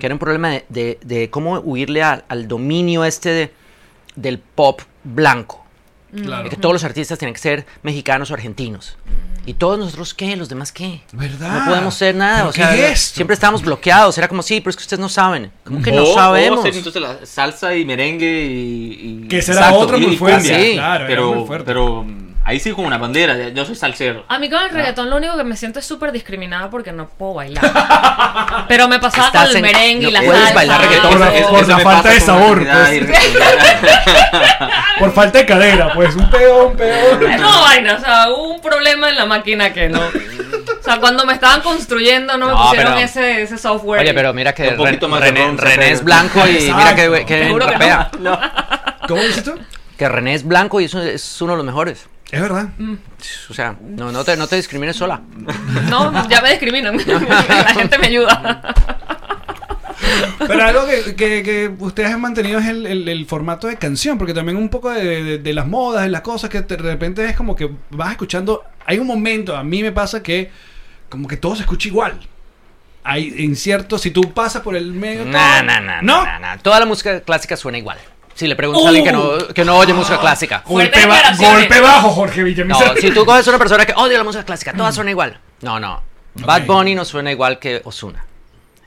[SPEAKER 5] que era un problema de, de- de cómo huirle al- al dominio este de- del pop blanco.
[SPEAKER 4] Claro.
[SPEAKER 3] Mm.
[SPEAKER 5] Que todos los artistas tienen que ser mexicanos o argentinos. ¿Y todos nosotros qué? ¿Los demás qué?
[SPEAKER 4] ¿Verdad?
[SPEAKER 5] No podemos ser nada.
[SPEAKER 4] Ah, ¿Pero
[SPEAKER 5] O
[SPEAKER 4] qué
[SPEAKER 5] sea,
[SPEAKER 4] es esto?
[SPEAKER 5] siempre estábamos bloqueados. Era como, sí, pero es que ustedes no saben. ¿Cómo que no
[SPEAKER 6] O- o
[SPEAKER 5] sabemos?
[SPEAKER 6] hacer Oh, entonces la salsa y merengue y. y-
[SPEAKER 4] Que será
[SPEAKER 6] Exacto,
[SPEAKER 4] otro
[SPEAKER 6] y-
[SPEAKER 4] muy
[SPEAKER 6] y
[SPEAKER 4] fuerte.
[SPEAKER 6] cumbia.
[SPEAKER 5] sí,
[SPEAKER 4] claro, era muy
[SPEAKER 6] pero,
[SPEAKER 4] fuerte.
[SPEAKER 6] pero mm, ahí sí como una bandera. de, Yo soy salsero.
[SPEAKER 5] Ah,
[SPEAKER 3] A mí con el reggaetón lo único que me siento es súper discriminada porque no puedo bailar.
[SPEAKER 5] [LAUGHS]
[SPEAKER 3] Pero me pasaba
[SPEAKER 5] Estás
[SPEAKER 3] con el
[SPEAKER 5] en-
[SPEAKER 3] merengue y la
[SPEAKER 5] no puedes
[SPEAKER 3] salsa.
[SPEAKER 5] bailar reggaetón,
[SPEAKER 4] Por la-
[SPEAKER 6] Eso-
[SPEAKER 4] por
[SPEAKER 6] eso
[SPEAKER 4] la
[SPEAKER 6] me
[SPEAKER 4] falta
[SPEAKER 6] pasa
[SPEAKER 4] de
[SPEAKER 6] con
[SPEAKER 4] sabor,
[SPEAKER 6] la
[SPEAKER 4] pues. [LAUGHS]
[SPEAKER 6] realidad y-
[SPEAKER 4] Por falta de cadera, pues. Un peón, un
[SPEAKER 3] [LAUGHS]
[SPEAKER 4] peón.
[SPEAKER 3] No, vaina, o sea, hubo un problema en la máquina que no. O sea, cuando me estaban construyendo no me
[SPEAKER 5] No,
[SPEAKER 3] pusieron
[SPEAKER 5] pero-
[SPEAKER 3] ese, ese software.
[SPEAKER 5] Oye, pero mira que
[SPEAKER 6] Un poquito
[SPEAKER 5] Ren-
[SPEAKER 6] más de
[SPEAKER 5] René,
[SPEAKER 6] bronce,
[SPEAKER 5] René
[SPEAKER 6] pero-
[SPEAKER 5] es blanco y
[SPEAKER 4] Exacto.
[SPEAKER 5] mira que, que
[SPEAKER 3] Seguro que no.
[SPEAKER 5] rapea.
[SPEAKER 4] ¿Cómo dices tú?
[SPEAKER 5] Que René es blanco y eso es uno de los mejores.
[SPEAKER 4] Es verdad.
[SPEAKER 3] Mm.
[SPEAKER 5] O sea, no, no, te, no te discrimines sola.
[SPEAKER 3] No, ya me discriminan. [LAUGHS] la gente me
[SPEAKER 5] [LAUGHS]
[SPEAKER 3] ayuda.
[SPEAKER 4] Pero algo que, que- que ustedes han mantenido es el, el- el formato de canción, porque también un poco de, de- de las modas, de las cosas que de repente es como que vas escuchando. Hay un momento, a mí me pasa que como que todo se escucha igual. Hay en cierto, si tú pasas por el medio.
[SPEAKER 5] No,
[SPEAKER 4] todo-
[SPEAKER 5] no, no,
[SPEAKER 4] ¿No?
[SPEAKER 5] no, no, no. Toda la música clásica suena igual. Si le preguntas a alguien que
[SPEAKER 4] Uh.
[SPEAKER 5] no, que no oye música clásica.
[SPEAKER 4] Golpe,
[SPEAKER 3] Fuertes
[SPEAKER 4] ba-
[SPEAKER 3] declaraciones.
[SPEAKER 4] golpe bajo, Jorge
[SPEAKER 5] No,
[SPEAKER 4] Villamizar.
[SPEAKER 5] si tú coges a una persona que odia la música clásica, toda suena igual. No, no. Bad Bunny no suena igual que Osuna.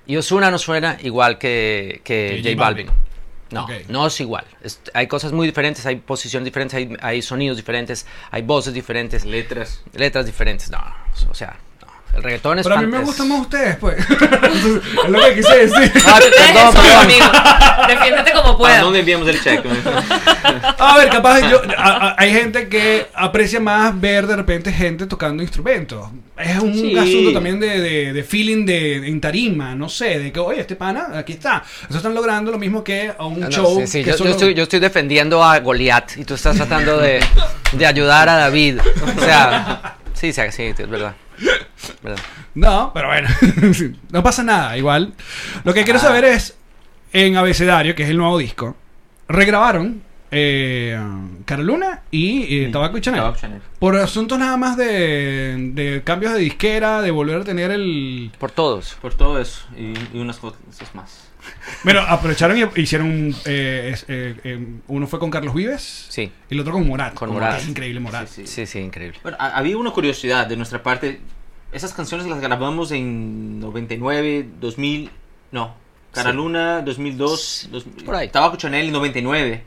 [SPEAKER 5] Y Osuna no suena igual que, que
[SPEAKER 4] Que
[SPEAKER 5] J
[SPEAKER 4] J
[SPEAKER 5] Balvin.
[SPEAKER 4] Balvin.
[SPEAKER 5] No,
[SPEAKER 4] Ok.
[SPEAKER 5] no es igual. Es- hay cosas muy diferentes, hay posiciones diferentes, hay, hay sonidos diferentes, hay voces diferentes,
[SPEAKER 6] Letras.
[SPEAKER 5] letras diferentes. No, o sea, no. el reggaetón es
[SPEAKER 4] Pero a mí
[SPEAKER 5] fan-
[SPEAKER 4] me
[SPEAKER 5] es-
[SPEAKER 4] gustan más ustedes, pues. [LAUGHS] es lo que quise
[SPEAKER 5] [LAUGHS]
[SPEAKER 4] decir.
[SPEAKER 5] Ah,
[SPEAKER 4] [LAUGHS]
[SPEAKER 5] perdón,
[SPEAKER 3] Eso,
[SPEAKER 5] perdón.
[SPEAKER 3] amigo. Defiéndete como
[SPEAKER 6] ¿Para
[SPEAKER 3] puedas.
[SPEAKER 6] dónde enviamos el check?
[SPEAKER 4] A ver, capaz yo- a- a- hay gente que aprecia más ver de repente gente tocando instrumentos. Es un
[SPEAKER 6] Sí.
[SPEAKER 4] asunto también de, de- de feeling de, en tarima, no sé, de que, oye, este pana, aquí está. Eso están logrando lo mismo que a un
[SPEAKER 5] Ah, No, no,
[SPEAKER 4] show.
[SPEAKER 5] sí, sí,
[SPEAKER 4] que
[SPEAKER 5] yo, yo
[SPEAKER 4] solo-
[SPEAKER 5] estoy, yo estoy defendiendo a Goliat y tú estás tratando de, de ayudar a David. O sea, sí, sí, sí, es verdad. verdad.
[SPEAKER 4] No, pero bueno, [LAUGHS] no pasa nada, igual. Lo que quiero
[SPEAKER 5] Ah.
[SPEAKER 4] saber es, en Abecedario, que es el nuevo disco, regrabaron eh, Caroluna y eh, [LAUGHS] Tabaco y Chanel.
[SPEAKER 6] Tabaco y Chanel.
[SPEAKER 4] Por asuntos nada más de, de cambios de disquera, de volver a tener el...
[SPEAKER 5] Por todos.
[SPEAKER 6] Por todo eso y, y unas cosas más.
[SPEAKER 4] Bueno, aprovecharon y hicieron un... eh, es- eh, eh, uno fue con Carlos Vives.
[SPEAKER 5] Sí.
[SPEAKER 4] Y el otro con Morat.
[SPEAKER 5] Con Morat.
[SPEAKER 4] Es increíble Morat.
[SPEAKER 6] Sí, sí.
[SPEAKER 5] Sí, sí, increíble.
[SPEAKER 6] Bueno, ha- había una curiosidad de nuestra parte. Esas canciones las grabamos en 99, 2000, no, Caraluna, 2002, dos-
[SPEAKER 5] por ahí.
[SPEAKER 6] Tabaco Chanel en 99.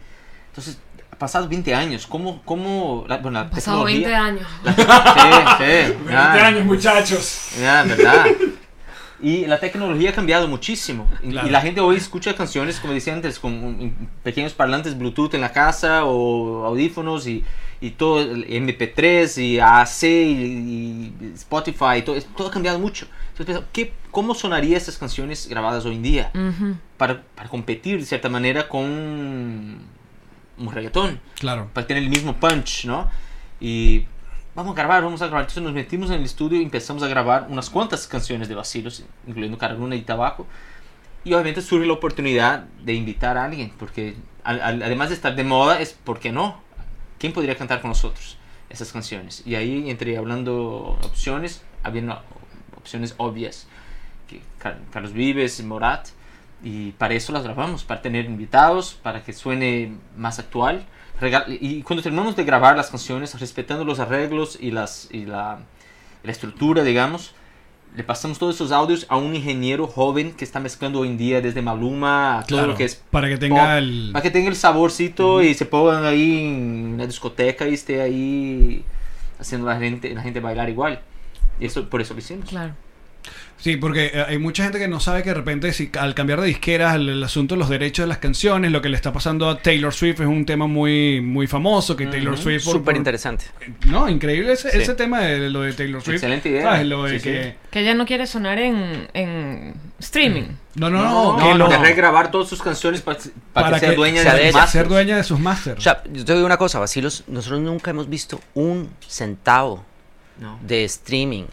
[SPEAKER 6] Entonces, pasados 20 años, ¿cómo, cómo la, bueno, la
[SPEAKER 3] Pasado 20
[SPEAKER 6] [LAUGHS] tecnología-
[SPEAKER 3] años.
[SPEAKER 5] [LAUGHS]
[SPEAKER 6] La- sí, sí.
[SPEAKER 4] 20
[SPEAKER 6] ya,
[SPEAKER 4] años, muchachos.
[SPEAKER 6] ya, verdad. [LAUGHS] Y la tecnología ha cambiado muchísimo. Y-
[SPEAKER 4] Claro.
[SPEAKER 6] Y la gente hoy escucha canciones, como decía antes, con un- un- pequeños parlantes Bluetooth en la casa o audífonos y, y todo, el MP3 y AC y, y Spotify, y todo, es- todo ha cambiado mucho. Entonces, pienso, ¿qué, ¿cómo sonarían estas canciones grabadas hoy en día?
[SPEAKER 3] Ujú.
[SPEAKER 6] Para, para competir de cierta manera con un reggaetón
[SPEAKER 4] Claro.
[SPEAKER 6] para tener el mismo punch, ¿no? Y vamos a grabar, vamos a grabar. Entonces nos metimos en el estudio y empezamos a grabar unas cuantas canciones de Vacilos, incluyendo Carolina y Tabaco. Y obviamente surge la oportunidad de invitar a alguien, porque al- al- además de estar de moda, es ¿por qué no? ¿Quién podría cantar con nosotros esas canciones? Y ahí entre hablando opciones, había una- opciones obvias, que Car- Carlos Vives, Morat, y para eso las grabamos, para tener invitados, para que suene más actual. Rega- Y cuando terminamos de grabar las canciones, respetando los arreglos y, las, y la, la estructura, digamos, le pasamos todos esos audios a un ingeniero joven que está mezclando hoy en día desde Maluma a todo
[SPEAKER 4] Claro,
[SPEAKER 6] lo que es
[SPEAKER 4] para que tenga el-
[SPEAKER 6] para que tenga el saborcito y se pongan ahí en una discoteca y esté ahí haciendo la gente la gente bailar igual y eso por eso lo hicimos
[SPEAKER 3] Claro.
[SPEAKER 4] Sí, porque eh, hay mucha gente que no sabe que de repente si al cambiar de disqueras el, el asunto de los derechos de las canciones, lo que le está pasando a Taylor Swift es un tema muy muy famoso que Taylor Swift por-
[SPEAKER 5] Súper
[SPEAKER 4] por-
[SPEAKER 5] interesante.
[SPEAKER 4] No, increíble ese,
[SPEAKER 5] Sí.
[SPEAKER 4] ese tema de, de lo de Taylor Swift.
[SPEAKER 6] Excelente idea.
[SPEAKER 4] ¿Sabes? Lo de
[SPEAKER 6] Sí,
[SPEAKER 4] que...
[SPEAKER 3] Que ella no quiere sonar en, en streaming.
[SPEAKER 4] No, no, no. que
[SPEAKER 6] no,
[SPEAKER 4] lo-
[SPEAKER 6] de regrabar todas sus canciones pa- pa- para, que, sea dueña
[SPEAKER 5] sea
[SPEAKER 6] de,
[SPEAKER 5] de
[SPEAKER 6] sus
[SPEAKER 5] ella.
[SPEAKER 6] masters.
[SPEAKER 4] ser dueña de sus masters.
[SPEAKER 5] O sea, yo te digo una cosa, Basilos, nosotros nunca hemos visto un centavo
[SPEAKER 6] No.
[SPEAKER 5] de streaming,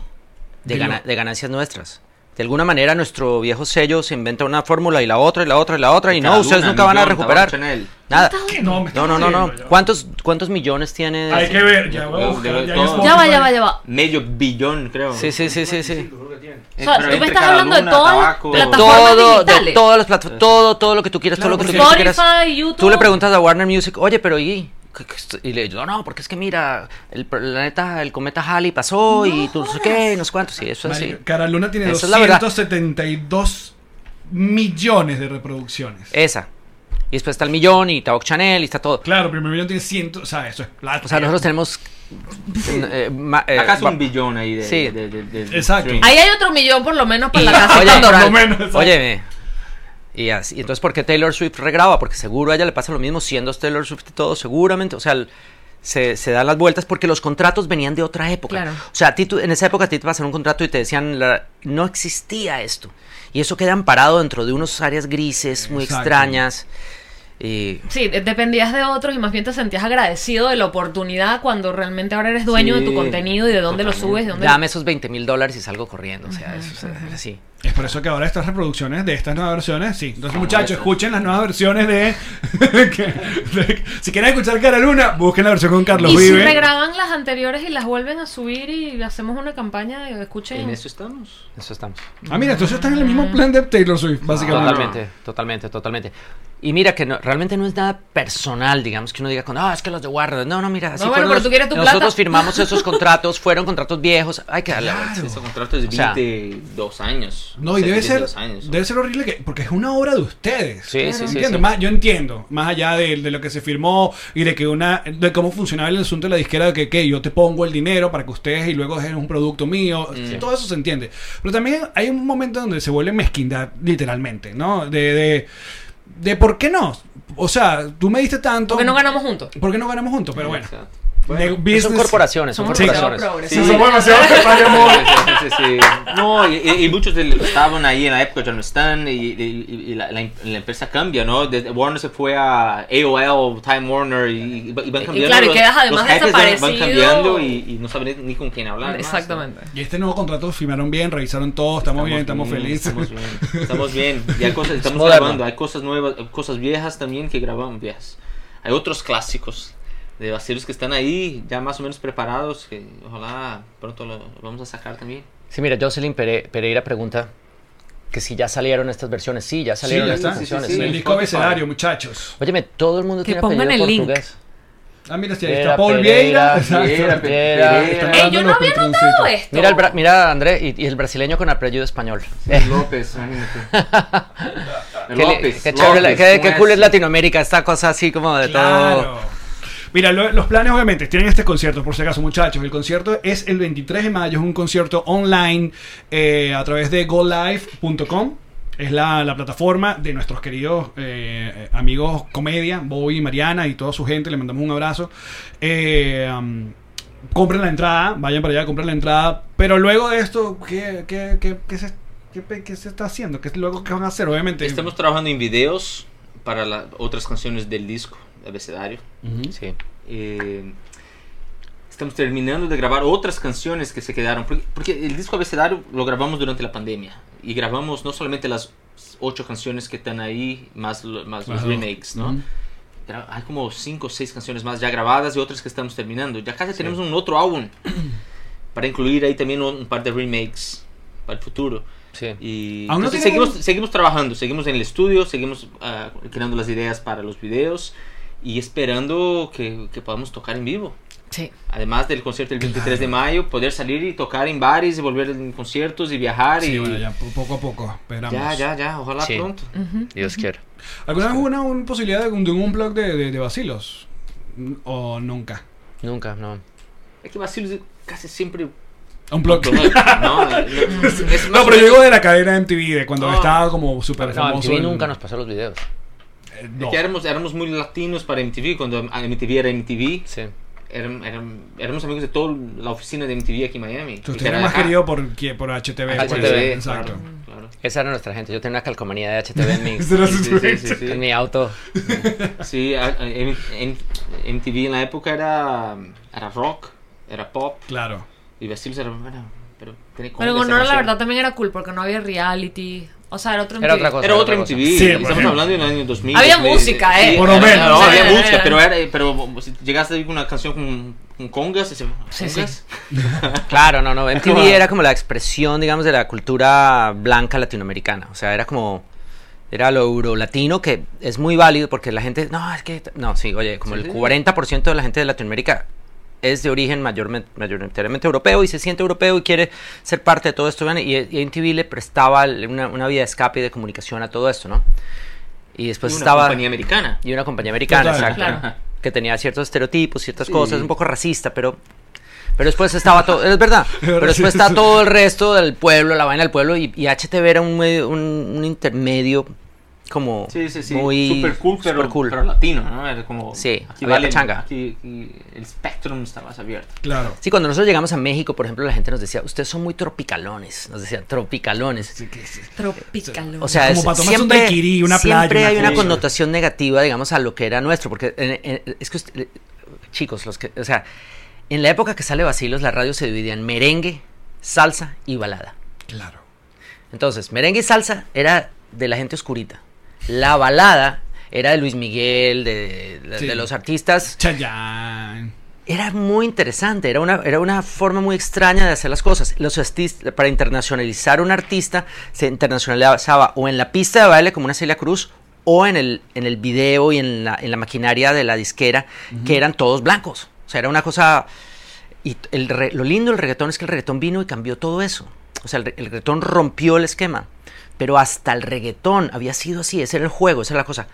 [SPEAKER 5] de,
[SPEAKER 4] De
[SPEAKER 5] gana-
[SPEAKER 4] lo-
[SPEAKER 5] de ganancias nuestras. De alguna manera nuestro viejo sello se inventa una fórmula y la otra y la otra y la otra y no,
[SPEAKER 6] Cada
[SPEAKER 5] ustedes
[SPEAKER 6] una,
[SPEAKER 5] nunca van a
[SPEAKER 6] millón, Tabaco
[SPEAKER 5] recuperar
[SPEAKER 6] Chanel.
[SPEAKER 5] nada.
[SPEAKER 4] ¿Qué? No, me
[SPEAKER 5] No,
[SPEAKER 4] estás
[SPEAKER 5] no, no, no.
[SPEAKER 4] jodiendo, ya.
[SPEAKER 5] ¿Cuántos, cuántos millones tiene?
[SPEAKER 4] Hay que ver. Ya, voy a
[SPEAKER 6] Yo-
[SPEAKER 4] buscar,
[SPEAKER 6] yo-
[SPEAKER 4] ya
[SPEAKER 6] todo-
[SPEAKER 4] en Spotify.
[SPEAKER 3] Ya va, ya va, ya va.
[SPEAKER 6] medio billón creo Eh,
[SPEAKER 5] Sí, sí, sí, sí, sí.
[SPEAKER 3] O sea,
[SPEAKER 6] Pero
[SPEAKER 3] tú me
[SPEAKER 6] entre
[SPEAKER 3] estás
[SPEAKER 6] cada
[SPEAKER 3] hablando de
[SPEAKER 6] luna,
[SPEAKER 3] todas las
[SPEAKER 6] tabaco,
[SPEAKER 5] De
[SPEAKER 3] plataformas
[SPEAKER 5] todo, de
[SPEAKER 3] digitales.
[SPEAKER 5] todas las plataformas, todo, todo lo que tú quieras,
[SPEAKER 4] Claro,
[SPEAKER 5] todo lo que tú
[SPEAKER 4] porque
[SPEAKER 5] quieras.
[SPEAKER 3] Spotify, YouTube.
[SPEAKER 5] Tú le preguntas a Warner Music, oye, pero ¿y? ¿qué- qué esto? Y le digo, no, porque es que mira, el planeta, el cometa Halley pasó y tú no sé qué, y no sé cuántos, y eso es así.
[SPEAKER 4] Marico, Cara Luna tiene
[SPEAKER 5] Esa es la verdad.
[SPEAKER 4] 272 millones de reproducciones.
[SPEAKER 5] Esa. Y después está el millón y está Oak Chanel y está todo.
[SPEAKER 4] Claro, primer millón tiene 100, o sea, eso es plata.
[SPEAKER 5] O sea, nosotros tenemos... eh, ma- eh,
[SPEAKER 6] Acá es
[SPEAKER 5] va-
[SPEAKER 6] un billón ahí de.
[SPEAKER 5] Sí.
[SPEAKER 6] de- de- de- de-
[SPEAKER 4] Exacto.
[SPEAKER 6] streaming.
[SPEAKER 3] Ahí hay otro millón por lo menos
[SPEAKER 5] [LAUGHS]
[SPEAKER 3] para Pues la
[SPEAKER 5] Y-
[SPEAKER 3] casa de
[SPEAKER 5] oye,
[SPEAKER 3] Pandora.
[SPEAKER 4] lo menos, exacto.
[SPEAKER 5] óyeme. Y así. Entonces, ¿por qué Taylor Swift regraba? Porque seguro a ella le pasa lo mismo siendo Taylor Swift y todo, seguramente. O sea, el- se, se dan las vueltas porque los contratos venían de otra época.
[SPEAKER 3] Claro.
[SPEAKER 5] O sea, a ti tú- en esa época a ti te pasaron un contrato y te decían, la- no existía esto. Y eso queda amparado dentro de unas áreas grises muy
[SPEAKER 4] Exacto.
[SPEAKER 5] extrañas. Y
[SPEAKER 3] Sí, de- dependías de otros y más bien te sentías agradecido de la oportunidad cuando realmente ahora eres dueño de tu
[SPEAKER 6] Sí,
[SPEAKER 3] contenido y de dónde lo subes, de dónde
[SPEAKER 5] dame esos 20 mil dólares y salgo corriendo. O sea, eso es así.
[SPEAKER 4] Es por eso que ahora estas reproducciones de estas nuevas versiones, sí. Entonces, muchachos, escuchen las nuevas versiones de. [LAUGHS] de- si quieren escuchar Cara Luna, busquen la versión con Carlos
[SPEAKER 3] y si
[SPEAKER 4] Vive.
[SPEAKER 3] regraban las anteriores y las vuelven a subir y hacemos una campaña de escuchen.
[SPEAKER 6] En eso estamos.
[SPEAKER 5] Eso estamos.
[SPEAKER 4] ah, mira, entonces están en el mismo plan de Taylor Swift, básicamente.
[SPEAKER 5] Totalmente, totalmente, totalmente. Y mira que no- realmente no es nada personal, digamos, que uno diga, con, ah, es que los de Warner. No, no, mira, así
[SPEAKER 3] bueno,
[SPEAKER 5] fueron
[SPEAKER 3] pero
[SPEAKER 5] los-
[SPEAKER 3] tú quieres tu
[SPEAKER 5] Nosotros
[SPEAKER 3] plata. [LAUGHS]
[SPEAKER 5] firmamos esos contratos, fueron contratos viejos. Hay que darle la vuelta.
[SPEAKER 6] Ese contrato es
[SPEAKER 5] O sea,
[SPEAKER 6] 22 años.
[SPEAKER 4] No, y
[SPEAKER 6] O sea,
[SPEAKER 4] debe ser,
[SPEAKER 6] 22 años.
[SPEAKER 4] debe ser horrible que, porque es una obra de ustedes.
[SPEAKER 5] Sí, sí, sí,
[SPEAKER 4] ¿Entiendes?
[SPEAKER 5] sí.
[SPEAKER 4] Más- yo entiendo, más allá de, de lo que se firmó y de que una de cómo funcionaba el asunto de la disquera, de que, que yo te pongo el dinero para que ustedes y luego dejen un producto mío, todo eso se entiende. Pero también hay un momento donde se vuelve mezquindad, literalmente, ¿no? De, de, de por qué no. O sea, tú me diste tanto.
[SPEAKER 3] Porque no ganamos juntos.
[SPEAKER 4] ¿Por qué no ganamos juntos? Pero bueno.
[SPEAKER 6] Exacto.
[SPEAKER 4] de
[SPEAKER 5] Son
[SPEAKER 4] business-
[SPEAKER 5] corporaciones, son
[SPEAKER 3] Somos
[SPEAKER 4] Sí.
[SPEAKER 3] demasiado progres.
[SPEAKER 5] corporaciones.
[SPEAKER 6] Sí.
[SPEAKER 4] somos
[SPEAKER 5] ¿eh?
[SPEAKER 4] demasiado
[SPEAKER 6] Sí, sí, sí, sí. No, y, y- y muchos de los que estaban ahí en la época ya no están y, y- y la, la em- la empresa cambia, ¿no? Desde Warner se fue a AOL, Time Warner y, y van cambiando.
[SPEAKER 3] claro, y
[SPEAKER 6] los-
[SPEAKER 3] quedas además
[SPEAKER 6] los jefes van- Van
[SPEAKER 3] desaparecido.
[SPEAKER 6] cambiando y, y no saben ni con quién hablar. más, ¿no?
[SPEAKER 3] Exactamente.
[SPEAKER 4] Y este nuevo contrato lo firmaron bien, revisaron todo, estamos, bien, estamos felices.
[SPEAKER 6] Estamos
[SPEAKER 4] [LAUGHS]
[SPEAKER 6] bien, estamos bien. Y hay cosas, estamos
[SPEAKER 5] moderno.
[SPEAKER 6] grabando. Hay cosas nuevas, cosas viejas también que grabamos viejas. Hay otros clásicos de vacilos que están ahí, ya más o menos preparados, que ojalá pronto lo vamos a sacar también.
[SPEAKER 5] Sí, mira, Jocelyn Pere- Pereira pregunta que si ya salieron estas versiones. Sí, ya salieron
[SPEAKER 4] ya
[SPEAKER 5] estas
[SPEAKER 4] está.
[SPEAKER 5] versiones.
[SPEAKER 6] Sí, sí, sí.
[SPEAKER 4] el
[SPEAKER 5] sí.
[SPEAKER 4] disco abecedario, muchachos.
[SPEAKER 5] Óyeme, todo el mundo
[SPEAKER 3] Que
[SPEAKER 5] tiene
[SPEAKER 3] pongan
[SPEAKER 5] apellido
[SPEAKER 3] el link.
[SPEAKER 5] portugués.
[SPEAKER 4] Ah, mira, si ahí
[SPEAKER 5] Pereira,
[SPEAKER 4] [LAUGHS] está Paul Vieira.
[SPEAKER 5] Pereira,
[SPEAKER 4] Exacto.
[SPEAKER 5] Pereira,
[SPEAKER 4] Pereira.
[SPEAKER 5] Pereira.
[SPEAKER 4] Están
[SPEAKER 5] Ey,
[SPEAKER 3] Ey,
[SPEAKER 4] dando
[SPEAKER 3] yo no
[SPEAKER 4] los
[SPEAKER 3] había
[SPEAKER 4] patroncitos.
[SPEAKER 3] notado esto.
[SPEAKER 5] Mira, el bra- mira, André, y, y el brasileño con apellido español. Eh,
[SPEAKER 6] López, [LAUGHS]
[SPEAKER 5] Qué, li- qué chévere, la- qué- qué cool es Latinoamérica, esta cosa así como de todo.
[SPEAKER 4] Claro. Mira, lo- los planes obviamente tienen este concierto, por si acaso muchachos. El concierto es el 23 de mayo, es un concierto online eh, a través de golive.com. Es la, la plataforma de nuestros queridos eh, amigos comedia, Bobby, Mariana y toda su gente. Le mandamos un abrazo. Eh, um, compren la entrada, vayan para allá, compren la entrada. Pero luego de esto, ¿qué, qué- qué- qué se, qué pe- qué se está haciendo? ¿Qué, luego, ¿Qué van a hacer? Obviamente.
[SPEAKER 6] Estamos trabajando en videos para las otras canciones del disco, abecedario.
[SPEAKER 5] Sí.
[SPEAKER 6] Eh, estamos terminando de grabar otras canciones que se quedaron. Porque, porque el disco abecedario lo grabamos durante la pandemia. Y grabamos no solamente las ocho canciones que están ahí, más, lo- más los
[SPEAKER 4] Claro.
[SPEAKER 6] remakes, ¿no?
[SPEAKER 4] Ujú.
[SPEAKER 6] Gra- Hay como cinco o seis canciones más ya grabadas y otras que estamos terminando. Ya casi tenemos un otro álbum para incluir ahí también un, un par de remakes para el futuro.
[SPEAKER 5] Sí.
[SPEAKER 6] Y
[SPEAKER 4] Aún no
[SPEAKER 6] entonces
[SPEAKER 4] tienen-
[SPEAKER 6] seguimos, seguimos trabajando, seguimos en el estudio, seguimos ah, creando las ideas para los videos y esperando que, que podamos tocar en vivo.
[SPEAKER 3] Sí.
[SPEAKER 6] Además del concierto del 23 de mayo, poder salir y tocar en bares y volver en conciertos y viajar.
[SPEAKER 4] Sí,
[SPEAKER 6] y
[SPEAKER 4] bueno, ya po- poco a poco. Esperamos.
[SPEAKER 6] ya, ya, ya, ojalá
[SPEAKER 5] Sí.
[SPEAKER 6] pronto.
[SPEAKER 5] Dios quiera.
[SPEAKER 4] ¿Alguna vez hubo una, una posibilidad de un, de un blog de, de, de vacilos? ¿O nunca?
[SPEAKER 5] Nunca, no.
[SPEAKER 6] Es que Basilio casi siempre...
[SPEAKER 4] Un blog.
[SPEAKER 6] No, no, no, es más
[SPEAKER 4] [LAUGHS] No,
[SPEAKER 6] o
[SPEAKER 4] pero
[SPEAKER 6] menos-
[SPEAKER 4] llegó de la cadena MTV, de cuando
[SPEAKER 6] No.
[SPEAKER 4] estaba como súper
[SPEAKER 5] No,
[SPEAKER 4] famoso.
[SPEAKER 5] MTV
[SPEAKER 4] el-
[SPEAKER 5] nunca nos pasó los videos.
[SPEAKER 4] eh,
[SPEAKER 6] Es
[SPEAKER 4] no.
[SPEAKER 6] que éramos, éramos muy latinos para MTV, cuando MTV era MTV,
[SPEAKER 5] Sí.
[SPEAKER 6] éram- éram- éramos amigos de toda la oficina de MTV aquí en Miami.
[SPEAKER 4] Tú
[SPEAKER 6] que
[SPEAKER 4] te
[SPEAKER 6] era de
[SPEAKER 4] más
[SPEAKER 6] acá.
[SPEAKER 4] querido por, qué? por HTV.
[SPEAKER 5] HTV,
[SPEAKER 4] puede ser,
[SPEAKER 6] claro,
[SPEAKER 4] pues. Exacto.
[SPEAKER 6] claro.
[SPEAKER 5] Esa era nuestra gente. Yo tenía una calcomanía de HTV en mi,
[SPEAKER 4] Ese era su
[SPEAKER 6] Sí, sí, sí,
[SPEAKER 4] sueño.
[SPEAKER 6] sí, sí.
[SPEAKER 5] en mi auto.
[SPEAKER 6] Sí, a- a- M- M- MTV en la época era, era rock, era pop,
[SPEAKER 4] Claro.
[SPEAKER 6] y Basilos era bueno, pero tiene
[SPEAKER 3] Pero en
[SPEAKER 6] con
[SPEAKER 3] honor a la
[SPEAKER 6] esa
[SPEAKER 3] verdad también era cool porque no había reality. O sea, era otro
[SPEAKER 5] Era
[SPEAKER 3] MTV.
[SPEAKER 5] otra cosa.
[SPEAKER 6] Era otra
[SPEAKER 5] cosa.
[SPEAKER 6] MTV,
[SPEAKER 4] Sí, por
[SPEAKER 6] estamos
[SPEAKER 4] ejemplo.
[SPEAKER 6] hablando del año 2000.
[SPEAKER 3] Había
[SPEAKER 6] 2000,
[SPEAKER 3] música,
[SPEAKER 6] sí,
[SPEAKER 3] ¿eh?
[SPEAKER 4] Por lo
[SPEAKER 6] era-
[SPEAKER 4] menos.
[SPEAKER 6] no,
[SPEAKER 3] Sí,
[SPEAKER 6] había
[SPEAKER 3] era-
[SPEAKER 6] música,
[SPEAKER 3] era-
[SPEAKER 6] pero, era, pero si llegaste ahí con una canción con, con congas, ese-
[SPEAKER 3] Sí, sí.
[SPEAKER 6] congas,
[SPEAKER 5] Claro, no, no. MTV era como la expresión, digamos, de la cultura blanca latinoamericana. O sea, era como Era lo eurolatino, que es muy válido porque la gente. No, es que. No, sí, oye, como
[SPEAKER 6] Sí,
[SPEAKER 5] el
[SPEAKER 6] sí.
[SPEAKER 5] 40% de la gente de Latinoamérica es de origen mayormente, mayoritariamente europeo y se siente europeo y quiere ser parte de todo esto. ¿ven? Y, y MTV le prestaba una, una vía de escape y de comunicación a todo esto, ¿no? Y después
[SPEAKER 3] Pues
[SPEAKER 6] una
[SPEAKER 5] estaba.
[SPEAKER 6] compañía americana.
[SPEAKER 5] Y una compañía americana,
[SPEAKER 4] Total.
[SPEAKER 5] exacto.
[SPEAKER 3] Claro.
[SPEAKER 5] Que tenía ciertos estereotipos, ciertas cosas, un poco racista, pero. Pero después estaba todo, es verdad, pero después está todo el resto del pueblo, la vaina del pueblo, y, y HTV era un, medio- un, un intermedio como
[SPEAKER 6] Sí, sí, sí.
[SPEAKER 5] muy
[SPEAKER 6] super cool, pero,
[SPEAKER 5] super cool.
[SPEAKER 6] pero latino, ¿no? Era como.
[SPEAKER 5] Sí,
[SPEAKER 6] aquí
[SPEAKER 5] había
[SPEAKER 6] vale.
[SPEAKER 5] pachanga.
[SPEAKER 6] Aquí, aquí el spectrum está más abierto.
[SPEAKER 4] Claro.
[SPEAKER 5] Sí, cuando nosotros llegamos a México, por ejemplo, la gente nos decía, ustedes son muy tropicalones, nos decían, tropicalones.
[SPEAKER 3] Tropicalón.
[SPEAKER 5] O sea,
[SPEAKER 4] Como
[SPEAKER 5] es-
[SPEAKER 4] para tomarse un
[SPEAKER 5] siempre,
[SPEAKER 4] daiquiri, una playa,
[SPEAKER 5] siempre
[SPEAKER 4] una
[SPEAKER 5] hay una
[SPEAKER 4] cosa.
[SPEAKER 5] connotación negativa, digamos, a lo que era nuestro, porque en- en- es que usted- chicos, los que, o sea, en la época que sale Vacilos, la radio se dividía en merengue, salsa y balada.
[SPEAKER 4] Claro.
[SPEAKER 5] Entonces, merengue y salsa era de la gente oscurita. La balada era de Luis Miguel, de, de-
[SPEAKER 4] Sí.
[SPEAKER 5] de los artistas.
[SPEAKER 4] Chayán.
[SPEAKER 5] Era muy interesante, era una, era una forma muy extraña de hacer las cosas. Los artistas, para internacionalizar un artista, se internacionalizaba o en la pista de baile como una Celia Cruz o en el, en el video y en la, en la maquinaria de la disquera, que eran todos blancos. O sea, era una cosa... Y t- el re- lo lindo del reggaetón es que el reggaetón vino y cambió todo eso. O sea, el, re- el reggaetón rompió el esquema. Pero hasta el reggaetón había sido así, ese era el juego, esa era la cosa.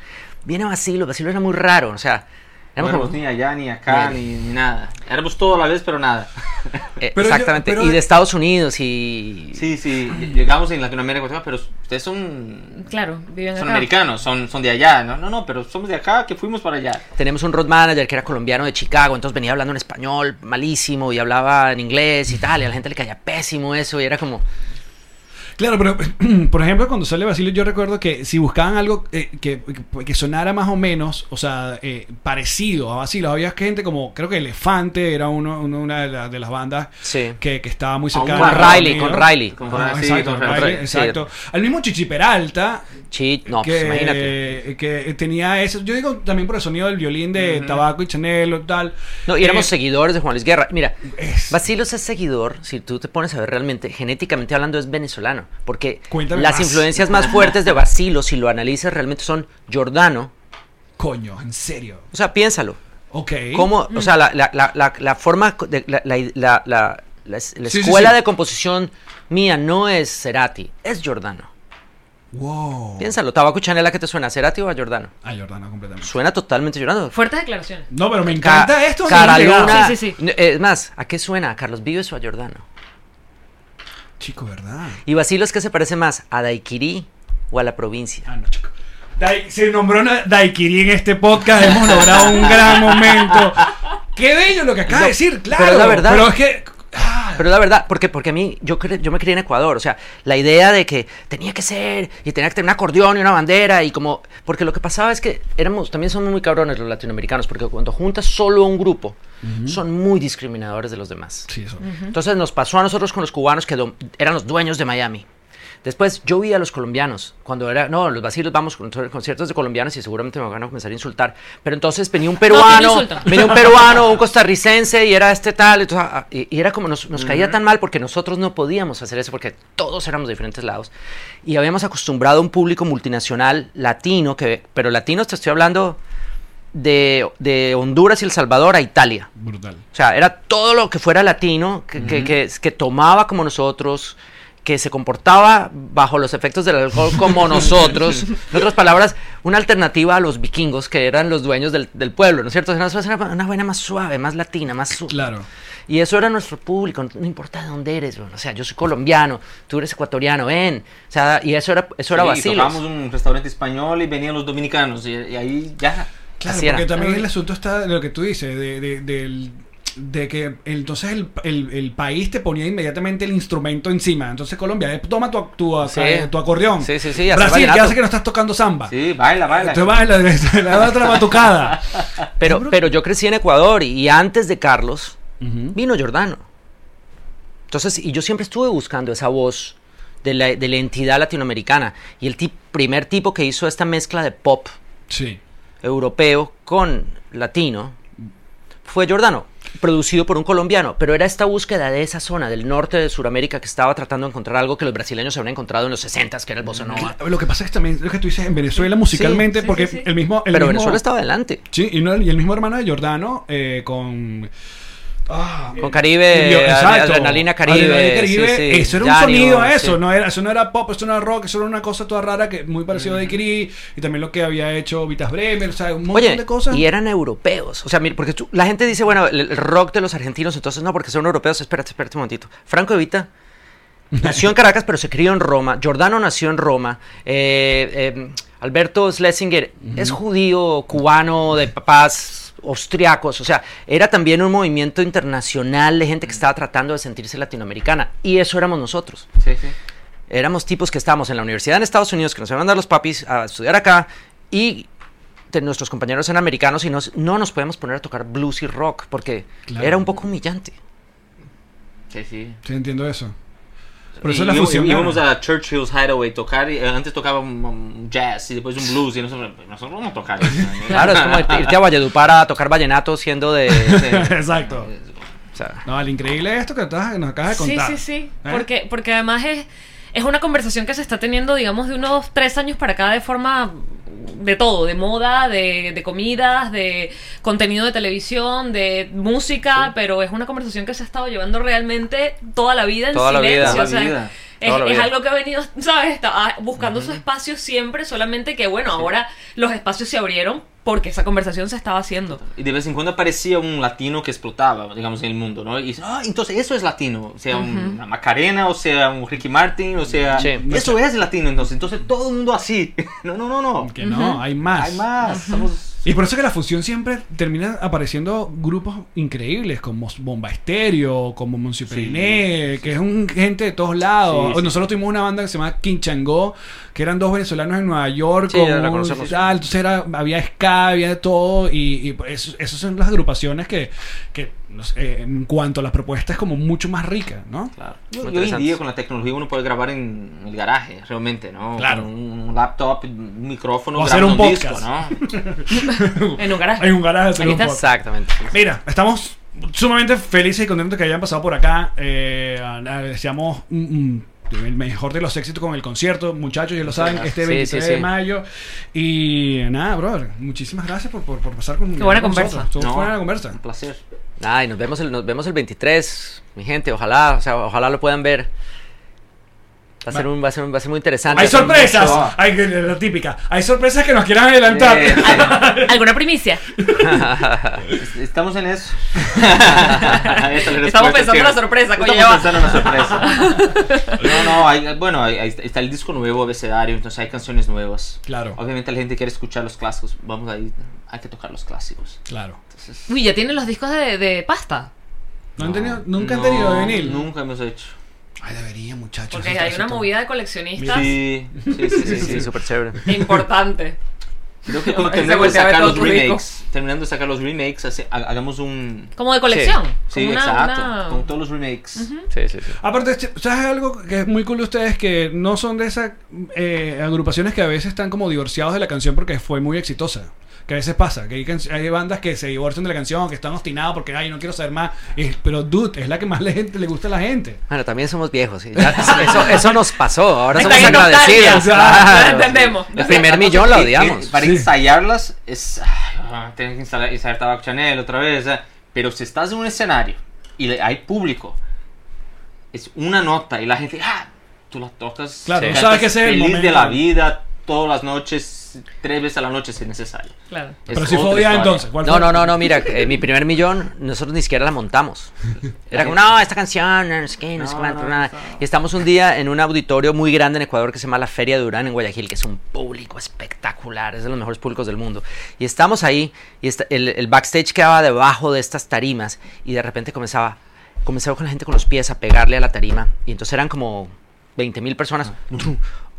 [SPEAKER 5] Viene Basilo, Basilo era muy raro, o sea...
[SPEAKER 6] No
[SPEAKER 5] éramos
[SPEAKER 6] éramos
[SPEAKER 5] como-
[SPEAKER 6] ni allá, ni acá, ni, ni nada. Éramos todo a la vez, pero nada.
[SPEAKER 5] Eh,
[SPEAKER 4] Pero yo-
[SPEAKER 5] exactamente,
[SPEAKER 4] pero-
[SPEAKER 5] y de Estados Unidos y...
[SPEAKER 6] Sí, sí. Llegamos en Latinoamérica, pero ustedes son.
[SPEAKER 3] Claro, viven
[SPEAKER 6] Son
[SPEAKER 3] acá.
[SPEAKER 6] americanos, son, son de allá. No, no, no, pero somos de acá que fuimos para allá.
[SPEAKER 5] Tenemos un road manager que era colombiano de Chicago, entonces venía hablando en español malísimo y hablaba en inglés y tal, y a la gente le caía pésimo eso y era como...
[SPEAKER 4] Claro, pero [CLEARS THROAT] por ejemplo, cuando sale Basilio, yo recuerdo que si buscaban algo eh, que, que sonara más o menos, o sea, eh, parecido a Basilio, había gente como, creo que Elefante era uno, uno- una de, la- de las bandas
[SPEAKER 5] Sí.
[SPEAKER 4] que, que estaba muy cercana.
[SPEAKER 6] Con
[SPEAKER 4] a
[SPEAKER 5] Riley,
[SPEAKER 4] Estados
[SPEAKER 5] con
[SPEAKER 4] Unidos.
[SPEAKER 5] Riley.
[SPEAKER 6] Con
[SPEAKER 4] Ah,
[SPEAKER 6] Riley, sí,
[SPEAKER 4] exacto,
[SPEAKER 6] con
[SPEAKER 4] con Riley,
[SPEAKER 5] Riley, sí.
[SPEAKER 4] exacto. Al mismo Chichi Peralta,
[SPEAKER 5] Sí, no, pues, imagínate.
[SPEAKER 4] que tenía eso. Yo digo también por el sonido del violín de Tabaco y Chanel o tal.
[SPEAKER 5] No, y éramos
[SPEAKER 4] Eh,
[SPEAKER 5] seguidores de Juan Luis Guerra. Mira,
[SPEAKER 4] Es-
[SPEAKER 5] Basilos es seguidor, si tú te pones a ver realmente, genéticamente hablando es venezolano, porque
[SPEAKER 4] Cuéntame
[SPEAKER 5] las
[SPEAKER 4] más. [LAUGHS]
[SPEAKER 5] influencias más fuertes de Basilos, si lo analizas realmente, son Jordano.
[SPEAKER 4] Coño, en serio.
[SPEAKER 5] O sea, piénsalo.
[SPEAKER 4] Ok.
[SPEAKER 5] ¿Cómo? O sea, la, la- la- la- la forma, co- de, la, la- la- la- la es- la
[SPEAKER 4] Sí, sí,
[SPEAKER 5] escuela
[SPEAKER 4] sí.
[SPEAKER 5] de composición mía no es Cerati, es Giordano.
[SPEAKER 4] Wow.
[SPEAKER 5] Piénsalo, Tabaco y Chanela que te suena, ¿Cerati o a Giordano?
[SPEAKER 4] Ah, Jordana, completamente.
[SPEAKER 5] Suena totalmente Giordano.
[SPEAKER 3] Fuertes declaraciones.
[SPEAKER 4] No, pero me
[SPEAKER 5] Ca-
[SPEAKER 4] encanta esto. ¿dónde
[SPEAKER 5] Cara
[SPEAKER 4] hemos llegado?
[SPEAKER 5] Luna.
[SPEAKER 3] Sí, sí, sí.
[SPEAKER 5] N- Es más, ¿a qué suena? ¿A Carlos Vives o a Giordano?
[SPEAKER 4] Chico, ¿verdad?
[SPEAKER 5] Y Basilos, ¿qué se parece más? ¿A Daiquiri o a la provincia?
[SPEAKER 4] Ah, no, chico. Dai- se nombró una Daiquiri en este podcast. Hemos logrado un gran momento. Qué bello lo que acaba de
[SPEAKER 5] No,
[SPEAKER 4] decir,
[SPEAKER 5] pero
[SPEAKER 4] claro.
[SPEAKER 5] es la verdad.
[SPEAKER 4] Pero es que. ah,
[SPEAKER 5] Pero la verdad, porque, porque a mí, yo, cre- yo me crié en Ecuador, o sea, la idea de que tenía que ser, y tenía que tener un acordeón y una bandera, y como, porque lo que pasaba es que éramos, también somos muy cabrones los latinoamericanos, porque cuando juntas solo un grupo, son muy discriminadores de los demás.
[SPEAKER 4] sí, eso.
[SPEAKER 5] Entonces nos pasó a nosotros con los cubanos que dom- eran los dueños de Miami. Después yo vi a los colombianos, cuando era, no, los vacilos vamos con con conciertos de colombianos y seguramente me van a comenzar a insultar, pero entonces venía
[SPEAKER 3] [LAUGHS]
[SPEAKER 5] un
[SPEAKER 3] No,
[SPEAKER 5] peruano,
[SPEAKER 3] que no insulta.
[SPEAKER 5] [LAUGHS] venía un peruano, un costarricense y era este tal, entonces, ah, y, y era como nos, nos caía tan mal porque nosotros no podíamos hacer eso porque todos éramos de diferentes lados y habíamos acostumbrado a un público multinacional latino, que, pero latinos te estoy hablando de, de Honduras y El Salvador a Italia.
[SPEAKER 4] Brutal.
[SPEAKER 5] O sea, era todo lo que fuera latino, que, que- que- que tomaba como nosotros, que se comportaba bajo los efectos del alcohol
[SPEAKER 4] [LAUGHS]
[SPEAKER 5] como nosotros. En otras palabras, una alternativa a los vikingos, que eran los dueños del, del pueblo, ¿no es cierto? Era una, una vaina más suave, más latina, más... su-
[SPEAKER 4] Claro.
[SPEAKER 5] Y eso era nuestro público, no importa de dónde eres, weón. o sea, yo soy colombiano, tú eres ecuatoriano, ven. O sea, y eso era, eso era
[SPEAKER 6] Sí,
[SPEAKER 5] vacilos.
[SPEAKER 6] tocábamos en un restaurante español y venían los dominicanos y, y ahí ya.
[SPEAKER 4] Claro,
[SPEAKER 5] Así
[SPEAKER 4] porque
[SPEAKER 5] era.
[SPEAKER 4] también el asunto está de lo que tú dices, de, de- del- de que entonces el, el- el país te ponía inmediatamente el instrumento encima. Entonces Colombia, eh, toma tu, tu, eh,
[SPEAKER 5] Sí.
[SPEAKER 4] tu acordeón.
[SPEAKER 5] Sí, sí, sí, hacer
[SPEAKER 4] Brasil, ¿qué
[SPEAKER 5] vallenato.
[SPEAKER 4] hace que no estás tocando samba?
[SPEAKER 6] Sí, baila, baila.
[SPEAKER 4] Te vas a la, la, [LAUGHS] la otra batucada.
[SPEAKER 5] Pero, pero yo crecí en Ecuador y, y antes de Carlos vino Jordano. Entonces, y yo siempre estuve buscando esa voz de la, de la entidad latinoamericana. Y el tip- primer tipo que hizo esta mezcla de pop
[SPEAKER 4] Sí.
[SPEAKER 5] europeo con latino fue Jordano. producido por un colombiano, pero era esta búsqueda de esa zona del norte de Sudamérica que estaba tratando de encontrar algo que los brasileños habrían encontrado en los 60s, que era el bossa nova.
[SPEAKER 4] Lo que pasa es que también lo que tú dices en Venezuela musicalmente, porque el mismo. el
[SPEAKER 5] Pero
[SPEAKER 4] mismo-
[SPEAKER 5] Venezuela estaba adelante.
[SPEAKER 4] Sí, y, no- y el mismo hermano de Jordano eh, con. ah,
[SPEAKER 5] Con Caribe,
[SPEAKER 4] Yo-
[SPEAKER 5] adre-
[SPEAKER 4] exacto.
[SPEAKER 5] Eh, adrenalina Caribe.
[SPEAKER 4] Adrenalina Caribe,
[SPEAKER 5] sí, sí,
[SPEAKER 4] Eso era un
[SPEAKER 5] Yario,
[SPEAKER 4] sonido, eso.
[SPEAKER 5] sí.
[SPEAKER 4] No era, eso no era pop, eso no era rock, eso era una cosa toda rara que muy parecido a Daiquiri y también lo que había hecho Vitas Bremer, o sea, un montón
[SPEAKER 5] Oye,
[SPEAKER 4] de cosas.
[SPEAKER 5] y eran europeos. O sea, mira, porque tú- la gente dice, bueno, el, el rock de los argentinos, entonces no, porque son europeos. Espérate, espérate un momentito.
[SPEAKER 4] [LAUGHS]
[SPEAKER 5] Franco Evita nació en Caracas, pero se crió en Roma. Giordano nació en Roma. Eh, eh, Alberto Schlesinger es judío, cubano, de papás austriacos. O sea, era también un movimiento internacional de gente
[SPEAKER 4] Mm.
[SPEAKER 5] que estaba tratando de sentirse latinoamericana. Y eso éramos nosotros.
[SPEAKER 6] Sí, sí.
[SPEAKER 5] éramos tipos que estábamos en la universidad en Estados Unidos, que nos iban a mandar los papis a estudiar acá, y te- nuestros compañeros eran americanos y nos- no nos podemos poner a tocar blues y rock, porque
[SPEAKER 4] Claro.
[SPEAKER 5] era un poco humillante.
[SPEAKER 6] Sí, sí.
[SPEAKER 4] Sí, entiendo eso. Por eso
[SPEAKER 6] Y-
[SPEAKER 4] la
[SPEAKER 6] y-
[SPEAKER 4] fusión.
[SPEAKER 6] Íbamos a Churchill's Hideaway tocar, y, eh, antes tocaba un, un jazz y después un blues y nosotros, nosotros vamos a tocar. eso, ¿no?
[SPEAKER 5] Claro, es como
[SPEAKER 6] [LAUGHS]
[SPEAKER 5] irte a Valledupar a tocar vallenato siendo de... de-
[SPEAKER 4] [LAUGHS] Exacto. [LAUGHS]
[SPEAKER 5] o sea,
[SPEAKER 4] No, lo increíble es esto que estás- nos acabas de
[SPEAKER 3] Sí,
[SPEAKER 4] contar.
[SPEAKER 3] sí, sí.
[SPEAKER 4] ¿Eh?
[SPEAKER 3] Porque, porque además es, es una conversación que se está teniendo, digamos, de unos tres años para acá de forma de todo, de moda, de, de comidas, de contenido de televisión, de música, pero es una conversación que se ha estado llevando realmente toda la vida en
[SPEAKER 5] Toda la
[SPEAKER 3] silencio.
[SPEAKER 5] vida.
[SPEAKER 3] o sea,
[SPEAKER 6] Toda la vida.
[SPEAKER 3] Es,
[SPEAKER 5] Toda la
[SPEAKER 3] es
[SPEAKER 5] vida.
[SPEAKER 3] algo que ha venido, ¿sabes? Está, ah, buscando su espacio siempre, solamente que, bueno, ahora los espacios se abrieron porque esa conversación se estaba haciendo.
[SPEAKER 6] Y de vez en cuando aparecía un latino que explotaba, digamos, en el mundo, ¿no? Y dice, ah, entonces eso es latino, o sea, un- una Macarena, o sea, un Ricky Martin, o sea,
[SPEAKER 5] Sí.
[SPEAKER 6] eso es latino, entonces, entonces todo el mundo así. [LAUGHS] No, no, no, no.
[SPEAKER 4] Que no, hay más.
[SPEAKER 6] Hay más. Somos...
[SPEAKER 4] Y por eso que la fusión siempre termina apareciendo grupos increíbles como Bomba Estéreo, como Monsieur Periné, que es un gente de todos lados.
[SPEAKER 6] Sí, sí.
[SPEAKER 4] Nosotros tuvimos una banda que se llamaba Quinchangó, que eran dos venezolanos en Nueva York.
[SPEAKER 5] Sí,
[SPEAKER 4] con
[SPEAKER 5] la
[SPEAKER 4] un-
[SPEAKER 5] conocemos.
[SPEAKER 4] tal, entonces era, había ska, había de todo. Y, y eso- esas son las agrupaciones que, que no sé, en cuanto a las propuestas, es como mucho más rica, ¿no?
[SPEAKER 6] Claro.
[SPEAKER 5] Muy
[SPEAKER 6] Y hoy en
[SPEAKER 5] interesante.
[SPEAKER 6] día con la tecnología uno puede grabar en el garaje, realmente, ¿no?
[SPEAKER 4] Claro.
[SPEAKER 6] Con un laptop, un micrófono,
[SPEAKER 4] O hacer
[SPEAKER 6] grabas
[SPEAKER 4] un
[SPEAKER 6] disco,
[SPEAKER 4] podcast.
[SPEAKER 6] ¿no?
[SPEAKER 4] [LAUGHS]
[SPEAKER 3] En un garaje.
[SPEAKER 4] Hay un garaje de hacer
[SPEAKER 3] Aquí
[SPEAKER 4] un
[SPEAKER 3] está.
[SPEAKER 4] podcast.
[SPEAKER 5] exactamente.
[SPEAKER 4] Mira, estamos sumamente felices y contentos que hayan pasado por acá. Eh, a- a- deseamos mm, mm, el mejor de los éxitos con el concierto, muchachos, ya lo saben, este
[SPEAKER 5] Sí,
[SPEAKER 4] 23
[SPEAKER 5] sí, sí.
[SPEAKER 4] de mayo. Y nada, brother, muchísimas gracias por, por, por pasar con,
[SPEAKER 3] Qué buena
[SPEAKER 4] con nosotros.
[SPEAKER 3] conversa.
[SPEAKER 4] Estuvo
[SPEAKER 6] No,
[SPEAKER 4] buena la conversa.
[SPEAKER 6] Un placer.
[SPEAKER 5] Ay, nos vemos el, nos vemos el 23, mi gente, ojalá, o sea, ojalá lo puedan ver. Va a ser, un, va a ser, un- va a ser muy interesante.
[SPEAKER 4] Hay
[SPEAKER 5] Va a ser
[SPEAKER 4] sorpresas,
[SPEAKER 5] mucho-
[SPEAKER 4] hay, la típica. Hay sorpresas que nos quieran adelantar.
[SPEAKER 6] Eh,
[SPEAKER 5] [LAUGHS]
[SPEAKER 3] ¿Alguna primicia?
[SPEAKER 6] es- [LAUGHS] Estamos en eso.
[SPEAKER 3] Estamos pensando en la sorpresa, coño, ya va.
[SPEAKER 6] Estamos pensando en la sorpresa. [LAUGHS] No, no, hay, bueno, hay- hay- está el disco nuevo, abecedario, entonces hay canciones nuevas.
[SPEAKER 4] Claro.
[SPEAKER 6] Obviamente la gente quiere escuchar los clásicos. Vamos ahí, hay que tocar los clásicos.
[SPEAKER 4] Claro.
[SPEAKER 6] Entonces,
[SPEAKER 3] Uy, ya tienen los discos de, de pasta.
[SPEAKER 4] ¿No han tenido, nunca
[SPEAKER 6] no,
[SPEAKER 4] han tenido de vinil.
[SPEAKER 6] Nunca hemos hecho.
[SPEAKER 4] Ay, debería, muchachos.
[SPEAKER 3] Porque
[SPEAKER 4] eso-
[SPEAKER 3] hay
[SPEAKER 4] eso
[SPEAKER 3] una
[SPEAKER 4] está-
[SPEAKER 3] movida de coleccionistas
[SPEAKER 6] Sí, sí, sí, sí.
[SPEAKER 4] [LAUGHS]
[SPEAKER 5] Sí, sí,
[SPEAKER 6] sí.
[SPEAKER 5] súper chévere.
[SPEAKER 3] [LAUGHS] importante.
[SPEAKER 6] Creo que cuando
[SPEAKER 3] Ese
[SPEAKER 6] terminemos de
[SPEAKER 3] voltea a ver
[SPEAKER 6] sacar
[SPEAKER 3] todo
[SPEAKER 6] los
[SPEAKER 3] tu disco.
[SPEAKER 6] remakes, terminando de sacar los remakes, hace- ha- hagamos un...
[SPEAKER 3] Como de colección.
[SPEAKER 6] Sí,
[SPEAKER 3] como una-
[SPEAKER 6] exacto.
[SPEAKER 3] una-
[SPEAKER 6] Con todos los remakes.
[SPEAKER 5] Sí, sí, sí.
[SPEAKER 4] Aparte, ch- ¿sabes algo que es muy cool de ustedes? Que no son de esas eh, agrupaciones que a veces están como divorciados de la canción porque fue muy exitosa. Que a veces pasa, que hay, can- hay bandas que se divorcian de la canción, que están obstinados porque, ay, no quiero saber más. Y- pero, dude, es la que más le, gente, le gusta a la gente.
[SPEAKER 5] Bueno, también somos
[SPEAKER 3] [LAUGHS]
[SPEAKER 5] viejos. y ya eso, eso nos pasó. Ahora
[SPEAKER 3] Está
[SPEAKER 5] somos
[SPEAKER 3] en nostalgia,
[SPEAKER 5] agradecidos.
[SPEAKER 3] ya
[SPEAKER 5] claro.
[SPEAKER 3] entendemos.
[SPEAKER 5] El primer millón la
[SPEAKER 6] lo
[SPEAKER 5] odiamos.
[SPEAKER 6] para ensayarlas es... ay, ah, Tienes que instalar- ensayar Tabaco Chanel otra vez. eh. Pero si estás en un escenario y le- hay público, es una nota y la gente... Ah, tú la tocas.
[SPEAKER 4] Claro,
[SPEAKER 6] te
[SPEAKER 4] tú
[SPEAKER 6] cantas
[SPEAKER 4] sabes que ese es el
[SPEAKER 6] Feliz
[SPEAKER 4] momento.
[SPEAKER 6] de la vida, todas las noches, tres veces a la noche si es necesario.
[SPEAKER 3] Claro.
[SPEAKER 4] Pero
[SPEAKER 6] Es
[SPEAKER 4] si fue
[SPEAKER 6] otra
[SPEAKER 4] odiada
[SPEAKER 6] historia.
[SPEAKER 4] entonces. ¿cuál
[SPEAKER 5] No,
[SPEAKER 4] fue?
[SPEAKER 5] no, no, no, mira, eh, mi primer millón, nosotros ni siquiera la montamos. Era como, no, esta canción, no sé qué, no sé
[SPEAKER 6] No,
[SPEAKER 5] cuánto,
[SPEAKER 6] no,
[SPEAKER 5] nada.
[SPEAKER 6] no.
[SPEAKER 5] Y estamos un día en un auditorio muy grande en Ecuador que se llama la Feria de Durán en Guayaquil, que es un público espectacular, es de los mejores públicos del mundo. Y estamos ahí, y esta- el, el backstage quedaba debajo de estas tarimas, y de repente comenzaba, comenzaba con la gente con los pies a pegarle a la tarima, y entonces eran como 20 mil personas.
[SPEAKER 4] Ah.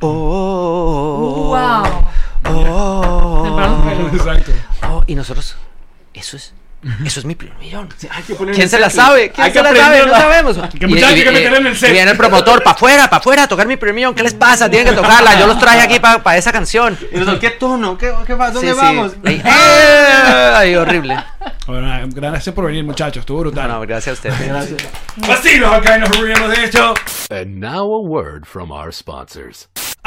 [SPEAKER 5] Oh, oh, oh, oh,
[SPEAKER 3] Wow.
[SPEAKER 5] oh, oh, oh,
[SPEAKER 3] Temprano,
[SPEAKER 5] oh.
[SPEAKER 3] pero-
[SPEAKER 4] [LAUGHS] Exacto.
[SPEAKER 5] Oh, y nosotros, eso es, eso es mi primer millón.
[SPEAKER 6] Hay que poner
[SPEAKER 5] ¿Quién
[SPEAKER 6] el
[SPEAKER 5] se la
[SPEAKER 6] setting.
[SPEAKER 5] sabe? ¿Quién
[SPEAKER 4] Hay
[SPEAKER 5] se
[SPEAKER 4] que
[SPEAKER 5] la sabe? No
[SPEAKER 4] aprenderla.
[SPEAKER 5] sabemos.
[SPEAKER 4] Que muchachos, hay que meterla en el set.
[SPEAKER 5] y viene el promotor, para afuera, para afuera, a tocar mi primer millón. ¿Qué les pasa? Tienen que tocarla. Yo los traje aquí para esa canción.
[SPEAKER 6] Y nosotros, ¿Qué tono? ¿Qué, qué va? ¿Dónde
[SPEAKER 5] Sí, sí.
[SPEAKER 6] vamos?
[SPEAKER 5] Ahí, ¡eh! Ay, horrible.
[SPEAKER 4] Bueno, nada, gracias por venir, muchachos. Estuvo brutal.
[SPEAKER 5] Bueno, gracias a ustedes.
[SPEAKER 4] Vacilos acá y nos reiremos de esto.
[SPEAKER 8] And now a word from our sponsors.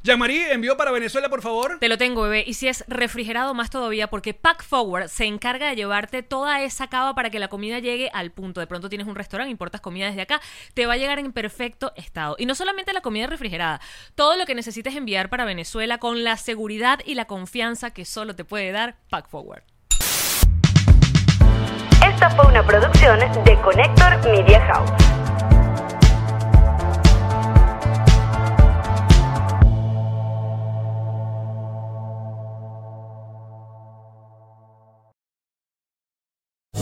[SPEAKER 4] Jean-Marie, envío para Venezuela, por favor.
[SPEAKER 3] Te lo tengo, bebé. Y si es refrigerado, más todavía, porque Pack Forward se encarga de llevarte toda esa cava para que la comida llegue al punto. De pronto tienes un restaurante, importas comida desde acá, te va a llegar en perfecto estado. Y no solamente la comida refrigerada, todo lo que necesites enviar para Venezuela con la seguridad y la confianza que solo te puede dar Pack Forward.
[SPEAKER 1] Esta fue una producción de Connector Media House.